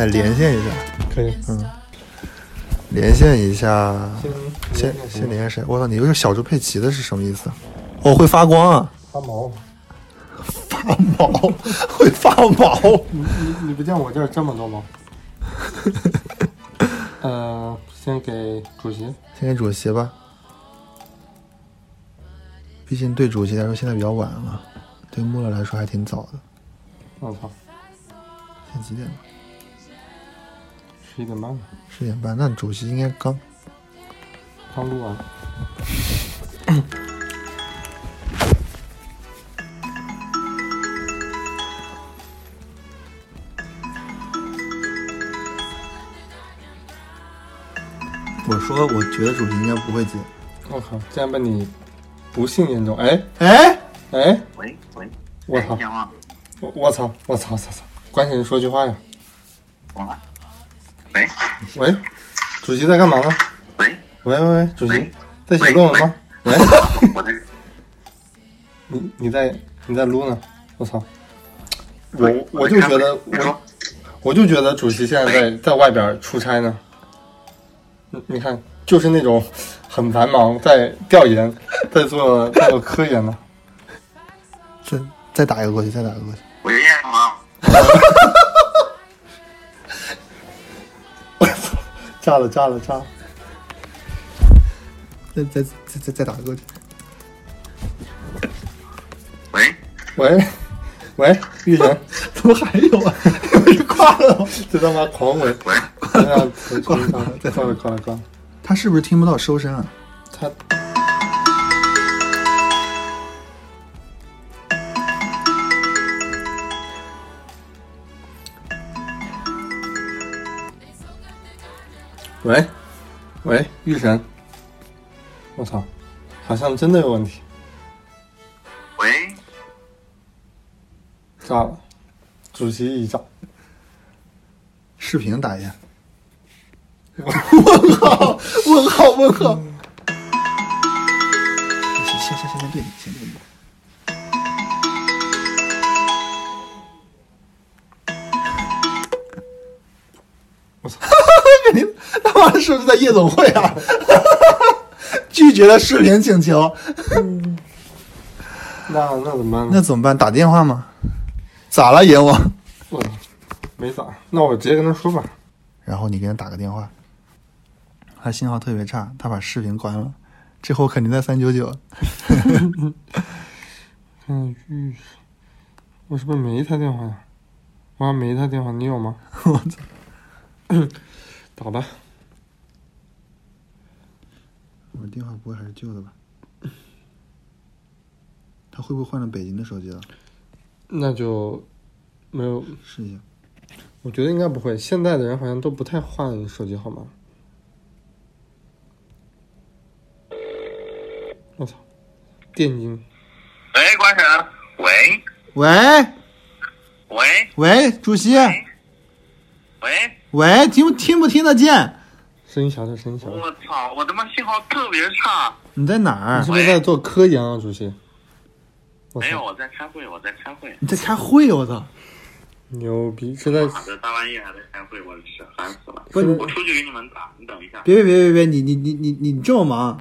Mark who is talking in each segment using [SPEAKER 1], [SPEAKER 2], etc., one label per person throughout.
[SPEAKER 1] 哦线一下，
[SPEAKER 2] 可以，
[SPEAKER 1] 连线一下，
[SPEAKER 2] 先
[SPEAKER 1] 先先连谁？我操，你这个小猪佩奇的是什么意思？哦，会发光啊！
[SPEAKER 2] 发毛。
[SPEAKER 1] 发毛，会发毛。
[SPEAKER 2] 你你你不见我这儿这么多 毛？呃，先给主席，
[SPEAKER 1] 先给主席吧，毕竟对主席来说现在比较晚了，对穆勒来说还挺早的。
[SPEAKER 2] 我操，
[SPEAKER 1] 现在几点了？
[SPEAKER 2] 十一点半了，
[SPEAKER 1] 十点半。那主席应该刚
[SPEAKER 2] 刚录完。
[SPEAKER 1] 我说，我觉得主题应该不会接。
[SPEAKER 2] 我靠，竟然被你不幸言中！哎
[SPEAKER 1] 哎，
[SPEAKER 2] 哎，
[SPEAKER 3] 喂喂，
[SPEAKER 2] 我操，
[SPEAKER 3] 阳光，
[SPEAKER 2] 我我操，我操，我操操！关键你说句话呀！
[SPEAKER 3] 我吗？喂
[SPEAKER 2] 喂，主席在干嘛呢？
[SPEAKER 3] 喂，
[SPEAKER 2] 喂喂喂，主席在写论文吗？喂，嗯
[SPEAKER 3] 我在
[SPEAKER 2] 你你在你在撸呢？我操！我我就觉得
[SPEAKER 3] 你说
[SPEAKER 2] 我我就觉得主席现在在在外边出差呢。你你看，就是那种很繁忙，在调研，在做在做科研呢。
[SPEAKER 1] 再再打一个过去，再打一个过去。
[SPEAKER 3] 我有点忙，
[SPEAKER 2] 炸了炸了炸了！
[SPEAKER 1] 再再再再再打过去。
[SPEAKER 3] 喂
[SPEAKER 2] 喂喂，玉贤，
[SPEAKER 1] 怎么还有啊？ 挂了。
[SPEAKER 2] 这他妈狂吻！
[SPEAKER 3] 喂，
[SPEAKER 2] 哎呀，挂了挂了挂了挂了挂了！
[SPEAKER 1] 他是不是听不到收声啊？
[SPEAKER 2] 他喂，喂，玉神，我操，好像真的有问题，
[SPEAKER 3] 喂，
[SPEAKER 2] 炸了，主席已炸，
[SPEAKER 1] 视频打一下。
[SPEAKER 2] 问号问号，
[SPEAKER 1] 先先先先对你，先对你。
[SPEAKER 2] 我操，
[SPEAKER 1] 肯定他妈的是不是在夜总会啊？ 拒绝了视频请求，
[SPEAKER 2] 那那怎么办
[SPEAKER 1] 那
[SPEAKER 2] 呢？
[SPEAKER 1] 怎么办？打电话吗？咋了，阎王？
[SPEAKER 2] 我操，没咋，那我直接跟他说吧，
[SPEAKER 1] 然后你给他打个电话，他信号特别差，他把视频关了，这货肯定在三九九。
[SPEAKER 2] 嗯，玉，我是不是没他电话呀？我还没他电话，你有吗？
[SPEAKER 1] 我操！
[SPEAKER 2] 打吧，
[SPEAKER 1] 我电话不会还是旧的吧？他会不会换了北京的手机了？
[SPEAKER 2] 那就没有。
[SPEAKER 1] 试一下。
[SPEAKER 2] 我觉得应该不会，现在的人好像都不太换手机号码。我操，电竞
[SPEAKER 3] 喂，关神，喂
[SPEAKER 1] 喂
[SPEAKER 3] 喂
[SPEAKER 1] 喂，主席，
[SPEAKER 3] 喂，
[SPEAKER 1] 喂，听听不听得见？
[SPEAKER 2] 声音小点，声音小点。
[SPEAKER 3] 我操，我他妈信号特别差，
[SPEAKER 1] 你在哪
[SPEAKER 2] 你
[SPEAKER 1] 儿
[SPEAKER 2] 是？不是在做科研啊，主席？我
[SPEAKER 3] 没有，
[SPEAKER 2] 操，
[SPEAKER 3] 我在开会，我在开会，
[SPEAKER 1] 你在开会？我操！
[SPEAKER 2] 牛逼，是在
[SPEAKER 3] 妈的，大半夜还在开会，我是烦死了。
[SPEAKER 1] 不是
[SPEAKER 3] 我出去给你们打，你等一下。
[SPEAKER 1] 别别别别别，你你你你你这么忙，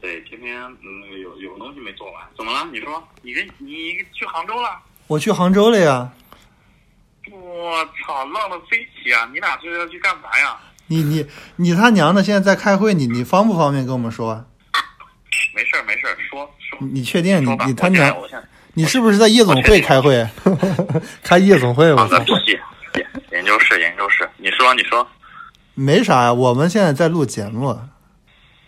[SPEAKER 3] 对，今天嗯有有东西没做完，怎么了？你说你跟你去杭州了？
[SPEAKER 1] 我去杭州了呀。
[SPEAKER 3] 我操，浪得飞起啊！你俩这是要去干嘛呀？
[SPEAKER 1] 你你你他娘的，现在在开会，你你方不方便跟我们说啊？
[SPEAKER 3] 没事儿没事儿，说说
[SPEAKER 1] 你你确定？你
[SPEAKER 3] 说吧。
[SPEAKER 1] 嗯你他
[SPEAKER 3] 我现在
[SPEAKER 1] 娘，
[SPEAKER 3] 我现在
[SPEAKER 1] 你是不是在夜总会开会？
[SPEAKER 2] 开夜总会，我
[SPEAKER 3] 放
[SPEAKER 2] 操
[SPEAKER 3] 个！屁！研究室，研究室，你说，你说，
[SPEAKER 1] 没啥呀，我们现在在录节目。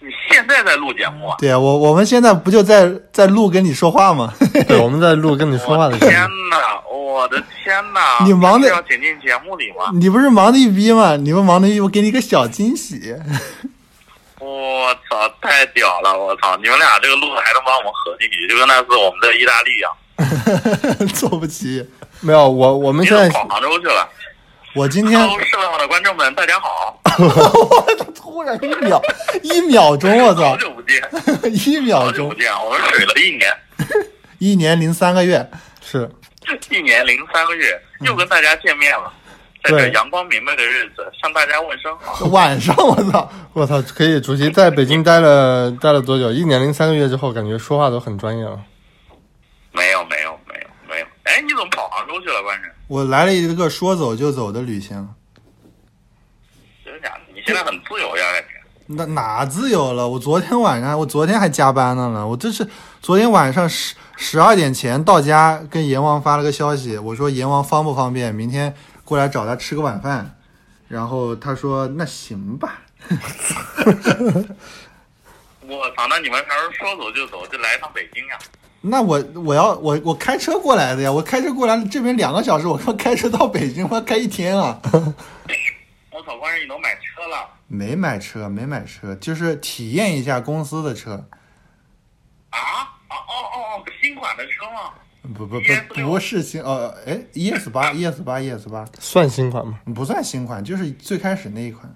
[SPEAKER 3] 你现在在录节目啊？
[SPEAKER 1] 对呀、我我们现在不就在在录跟你说话吗？
[SPEAKER 2] 对，我们在录跟你说话
[SPEAKER 3] 我
[SPEAKER 2] 的
[SPEAKER 3] 的
[SPEAKER 2] 时候
[SPEAKER 3] 天，哪！我的天哪！
[SPEAKER 1] 你忙得
[SPEAKER 3] 这是要剪进节目里吗？
[SPEAKER 1] 你不是忙的一逼吗？你不忙的一逼，我给你一个小惊喜。
[SPEAKER 3] 我操，太屌了！我操，你们俩这个录的还能帮我们合进去，就跟那次我们在意大利一样。
[SPEAKER 1] 坐不起。
[SPEAKER 2] 没有我，我们
[SPEAKER 3] 你
[SPEAKER 2] 现
[SPEAKER 3] 怎
[SPEAKER 2] 在
[SPEAKER 3] 么跑杭州去了？
[SPEAKER 1] 我今 天
[SPEAKER 3] 哦，社会的观众们，大家好，
[SPEAKER 1] 突然一秒 一秒钟，我
[SPEAKER 3] 好
[SPEAKER 1] 操，
[SPEAKER 3] 久不见，
[SPEAKER 1] 一
[SPEAKER 3] 好
[SPEAKER 1] 秒
[SPEAKER 3] 久不
[SPEAKER 1] 钟，
[SPEAKER 3] 见，我们水了一年，
[SPEAKER 1] 一年零三个月。
[SPEAKER 2] 是
[SPEAKER 3] 一年零三个月，又跟大家见面了。在这
[SPEAKER 2] 对
[SPEAKER 3] 阳光明媚的日子向大家问声好。
[SPEAKER 1] 晚上我操，
[SPEAKER 2] 我操，可以！主席在北京待了待了多久？一年零三个月之后，感觉说话都很专业了。
[SPEAKER 3] 没有没有没有没有，哎，你怎么跑杭州去了？关键
[SPEAKER 1] 我来了一个说走就走的旅行，
[SPEAKER 3] 真的假的？你现在很自由呀，感觉。
[SPEAKER 1] 那哪自由了？我昨天晚上，我昨天还加班呢呢。我这是昨天晚上十十二点前到家，跟阎王发了个消息，我说阎王方不方便，明天过来找他吃个晚饭。然后他说那行吧，
[SPEAKER 3] 我操！那你们还是说走就走，就来一趟北京呀？
[SPEAKER 1] 那我我要我我开车过来的呀，我开车过来这边两个小时，我他妈开车到北京，我开一天啊。
[SPEAKER 3] 我操，关键你都买车了
[SPEAKER 1] 没买车，没买车，就是体验一下公司的车。
[SPEAKER 3] 啊？啊哦哦哦，新款的车吗？
[SPEAKER 1] 不不不，不是新哦，哎，ES 八，ES 八，ES 八，
[SPEAKER 2] 算新款吗？
[SPEAKER 1] 不算新款，就是最开始那一款。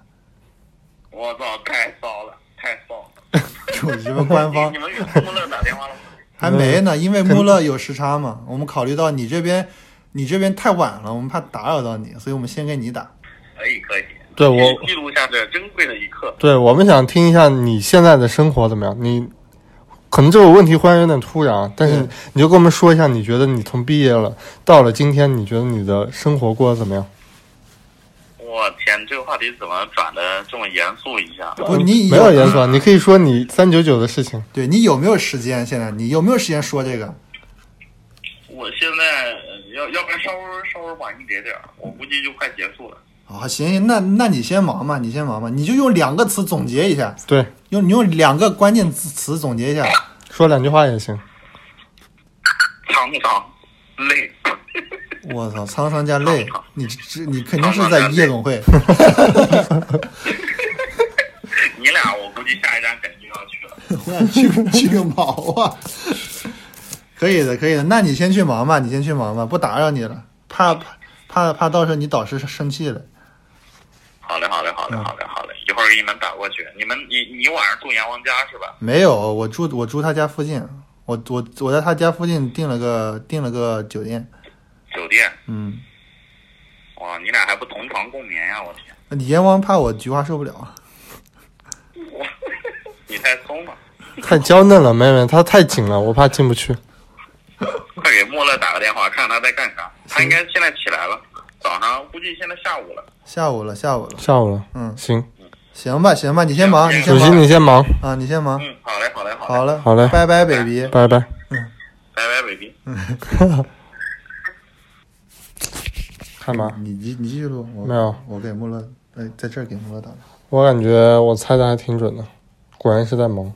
[SPEAKER 3] 我操，太骚了，太骚了！
[SPEAKER 1] 主席们官方
[SPEAKER 3] 你你们给穆勒打电话了吗？
[SPEAKER 1] 还没呢，因为
[SPEAKER 2] 嗯
[SPEAKER 1] 穆勒有时差嘛，我们考虑到你这边，你这边太晚了，我们怕打扰到你，所以我们先给你打。
[SPEAKER 3] 可以可以，
[SPEAKER 2] 对我
[SPEAKER 3] 记录下这珍贵的一刻。
[SPEAKER 2] 对我们想听一下你现在的生活怎么样？你可能这个问题忽然有点突然啊，但是
[SPEAKER 1] 对
[SPEAKER 2] 你就跟我们说一下，你觉得你从毕业了到了今天，你觉得你的生活过得怎么样？
[SPEAKER 3] 我天，这个话题怎么转的这么严肃一下？
[SPEAKER 1] 不，你
[SPEAKER 2] 没有严肃啊，你可以说你三九九的事情。
[SPEAKER 1] 对你有没有时间？现在你有没有时间说这个？
[SPEAKER 3] 我现在呃要要不然稍微稍微晚一点点儿，我估计就快结束了。
[SPEAKER 1] 啊、行，那那你先忙嘛，你先忙嘛，你就用两个词总结一下，
[SPEAKER 2] 对，
[SPEAKER 1] 用你用两个关键词词总结一下。
[SPEAKER 2] 说两句话也行。
[SPEAKER 3] 苍苍，累。
[SPEAKER 1] 我操，沧桑加累，你这你肯定是在夜总会。
[SPEAKER 3] 你俩我估计下一站肯定就要去了。
[SPEAKER 1] 我想去去个毛啊！可以的，可以的。那你先去忙吧，你先去忙吧，不打扰你了，怕怕怕怕到时候你导师生气了。
[SPEAKER 3] 好嘞，好嘞，好嘞，好嘞，好嘞，一会儿给你们打过去。你们，你你晚上住阎王家是吧？
[SPEAKER 1] 没有，我住我住他家附近，我我我在他家附近订了个订了个酒店。
[SPEAKER 3] 酒店？
[SPEAKER 1] 嗯，
[SPEAKER 3] 哇，你俩还不同床共眠呀、我天，
[SPEAKER 1] 那阎王怕我菊花受不了，啊
[SPEAKER 3] 你太松了，
[SPEAKER 2] 太娇嫩了，妹妹，她太紧了，我怕进不去。
[SPEAKER 3] 快给莫乐打个电话，看看他在干啥。他应该现在起来了，早上估计现在下午了。
[SPEAKER 1] 下午了，下午了。
[SPEAKER 2] 下午了，
[SPEAKER 1] 嗯
[SPEAKER 2] 行，
[SPEAKER 1] 行吧，行吧，你先忙，你先
[SPEAKER 2] 主席
[SPEAKER 1] 忙
[SPEAKER 2] 你先忙，
[SPEAKER 1] 啊，你先忙。
[SPEAKER 3] 嗯，好嘞，好嘞，好嘞。
[SPEAKER 1] 好了，
[SPEAKER 2] 好嘞
[SPEAKER 1] 拜拜，baby。
[SPEAKER 2] 拜拜。
[SPEAKER 3] 拜拜，baby。
[SPEAKER 2] 看吧，
[SPEAKER 1] 你你你继续录，我
[SPEAKER 2] 没有
[SPEAKER 1] 我给穆勒，哎，在这儿给穆勒打电话。
[SPEAKER 2] 我感觉我猜的还挺准的，果然是在忙。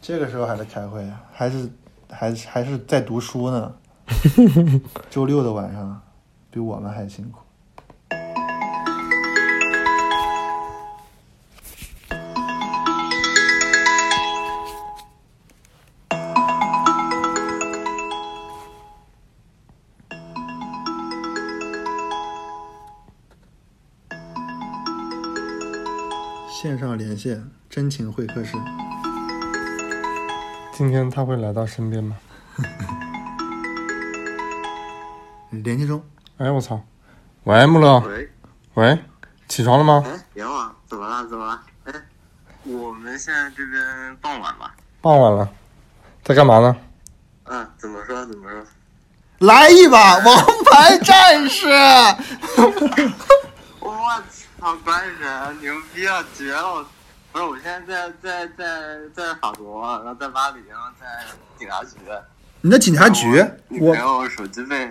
[SPEAKER 1] 这个时候还在开会，还是还是还是在读书呢。周六的晚上比我们还辛苦。线上连线，真情会客室。
[SPEAKER 2] 今天他会来到身边吗？
[SPEAKER 1] 联系中，
[SPEAKER 2] 哎，我操！喂，穆乐，
[SPEAKER 4] 喂，
[SPEAKER 2] 喂，起床了吗？
[SPEAKER 4] 哎，杨王，怎么了？怎么了？哎，我们现在这边傍晚吧。
[SPEAKER 2] 傍晚了，在干嘛呢？
[SPEAKER 4] 嗯，怎么说？怎么说？
[SPEAKER 1] 来一把王牌战士！
[SPEAKER 4] 我操，白人牛逼啊，绝了！不是，我现在在在在在法国，然后在巴黎，然后在警察局。
[SPEAKER 1] 你的警察局
[SPEAKER 4] 女
[SPEAKER 2] 我啊
[SPEAKER 4] 朋友手机被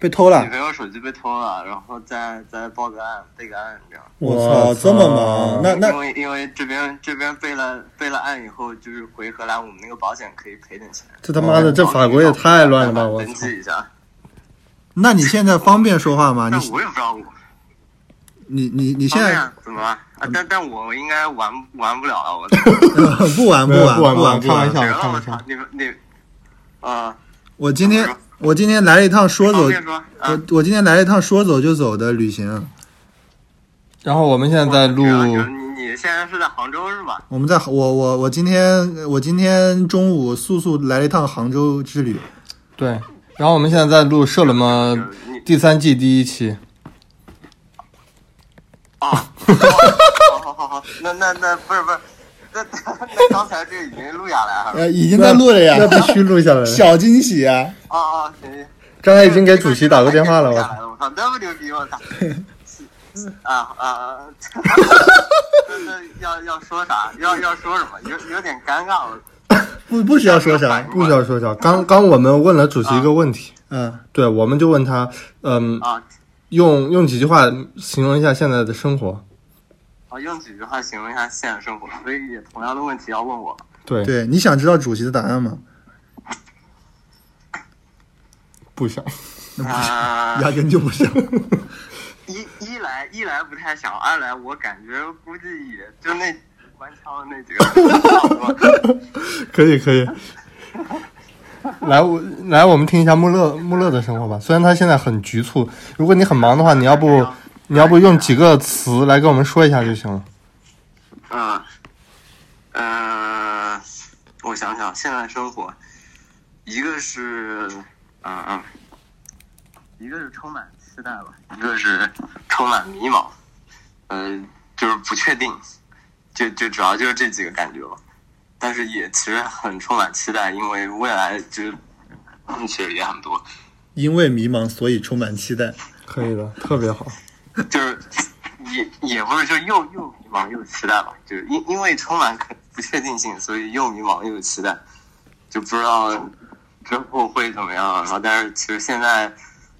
[SPEAKER 1] 被偷
[SPEAKER 4] 女
[SPEAKER 1] 了，
[SPEAKER 4] 朋友手机被偷了，然后在在报个案，备个案这样。
[SPEAKER 1] 我操，这么忙，那
[SPEAKER 4] 因
[SPEAKER 1] 那
[SPEAKER 4] 为因为这边这边备了备了案以后，就是回荷兰，我们那个保险可以赔点钱。
[SPEAKER 2] 这他妈的，这法国也太乱了吧！我
[SPEAKER 4] 登
[SPEAKER 2] 操！
[SPEAKER 4] 记一下。
[SPEAKER 1] 那你现在方便说话吗？
[SPEAKER 4] 但
[SPEAKER 1] 你
[SPEAKER 4] 我也不知道我
[SPEAKER 1] 你你你现
[SPEAKER 4] 方
[SPEAKER 1] 在
[SPEAKER 4] 便怎么了啊？但但我应该玩玩不了了，我
[SPEAKER 1] 呃不玩不
[SPEAKER 2] 没有
[SPEAKER 1] 玩
[SPEAKER 2] 不玩
[SPEAKER 1] 玩，
[SPEAKER 2] 不玩
[SPEAKER 1] 开玩
[SPEAKER 2] 不
[SPEAKER 1] 笑
[SPEAKER 2] 玩
[SPEAKER 4] 绝
[SPEAKER 1] 开
[SPEAKER 4] 了，我
[SPEAKER 1] 玩
[SPEAKER 4] 操
[SPEAKER 1] 笑！！
[SPEAKER 4] 你们你啊，
[SPEAKER 1] 我今天我今天来了一趟说走
[SPEAKER 4] 方，便说啊
[SPEAKER 1] 我？我今天来了一趟说走就走的旅行。
[SPEAKER 2] 然后我们现在在录
[SPEAKER 4] 绝，了绝了你你现在是在杭州是吧？
[SPEAKER 1] 我们在我我我今天我今天中午速速来了一趟杭州之旅，
[SPEAKER 2] 对，然后我们现在在录《射了吗
[SPEAKER 4] 你》
[SPEAKER 2] 第三季第一期。
[SPEAKER 4] 啊，好好好好，那那那不是不是，那那那刚才这个已经录下来了
[SPEAKER 1] 呃，已经在录了呀
[SPEAKER 2] 那，必须录下来。
[SPEAKER 1] 小惊喜啊！
[SPEAKER 4] 啊啊，行行。
[SPEAKER 2] 刚才已经给主席打过电话了，
[SPEAKER 4] 我
[SPEAKER 2] 我操！
[SPEAKER 4] 操，我操，那么牛逼，我操！啊啊啊！那那要要说啥？要要说什么？有有点尴尬，我
[SPEAKER 2] 不不需要说啥， 不需要说啥。刚刚我们问了主席一个问题，
[SPEAKER 1] 嗯，
[SPEAKER 2] 对，我们就问他，嗯，
[SPEAKER 4] 啊
[SPEAKER 2] 用用几句话形容一下现在的生活。
[SPEAKER 4] 啊，用几句话形容一下现实生活，所以也同样的问题要问我。
[SPEAKER 2] 对，
[SPEAKER 1] 对，你想知道主席的答案吗？
[SPEAKER 2] 不想。
[SPEAKER 4] 啊，
[SPEAKER 1] 压根就不想。
[SPEAKER 4] 一一来一来不太想，二来我感觉估计也就那官腔的那几个。
[SPEAKER 2] 可以 可以。来，我来，我们听一下穆勒穆勒的生活吧。虽然他现在很局促，如果你很忙的话，你要不你要不用几个词来跟我们说一下就行了。
[SPEAKER 4] 嗯，呃，我想想，现在生活，一个是，嗯嗯，一个是充满期待吧，一个是充满迷茫，嗯、就是不确定，就就主要就是这几个感觉吧。但是也其实很充满期待，因为未来就是问题也很多，
[SPEAKER 1] 因为迷茫，所以充满期待。
[SPEAKER 2] 可以的，特别好。
[SPEAKER 4] 就是也也不是，就又又迷茫又期待吧，就是因因为充满可不确定性，所以又迷茫又期待，就不知道之后会怎么样。啊然后，但是其实现在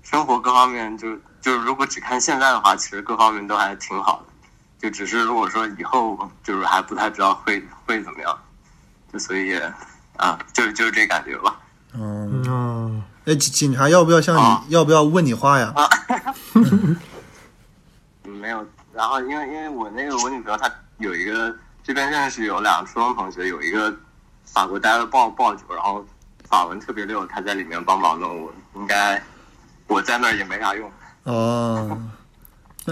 [SPEAKER 4] 生活各方面就就是如果只看现在的话，其实各方面都还挺好的，就只是如果说以后就是还不太知道会会怎么样，就所以啊，就就是这感觉吧。
[SPEAKER 1] 嗯，
[SPEAKER 2] 嗯，
[SPEAKER 1] 哎，警警察要不要向你、
[SPEAKER 4] 啊
[SPEAKER 1] 要不要问你话呀？
[SPEAKER 4] 没有，然后因为因为我那个我女朋友她有一个这边认识有两个初中同学，有一个法国待了报报久，然后法文特别溜，她在里面帮忙弄我，应该我在那儿也没啥用。
[SPEAKER 1] 哦，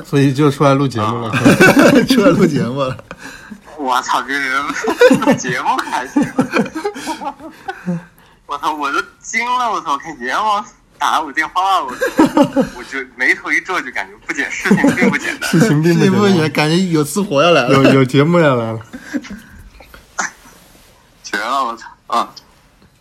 [SPEAKER 2] 所以就出来录节目了。可 以
[SPEAKER 1] 出来录节目了。
[SPEAKER 4] 我操，这人节目还行，我操，我都惊了，我操，看阎王打来我电话，我我就眉头一皱，就感觉不简事情并不简单。
[SPEAKER 2] 事情并
[SPEAKER 1] 你不
[SPEAKER 2] 不
[SPEAKER 1] 觉
[SPEAKER 2] 简
[SPEAKER 1] 感觉有次活要来
[SPEAKER 2] 单，有
[SPEAKER 1] 了？
[SPEAKER 2] 有节目要来了。
[SPEAKER 4] 绝了，我操！啊，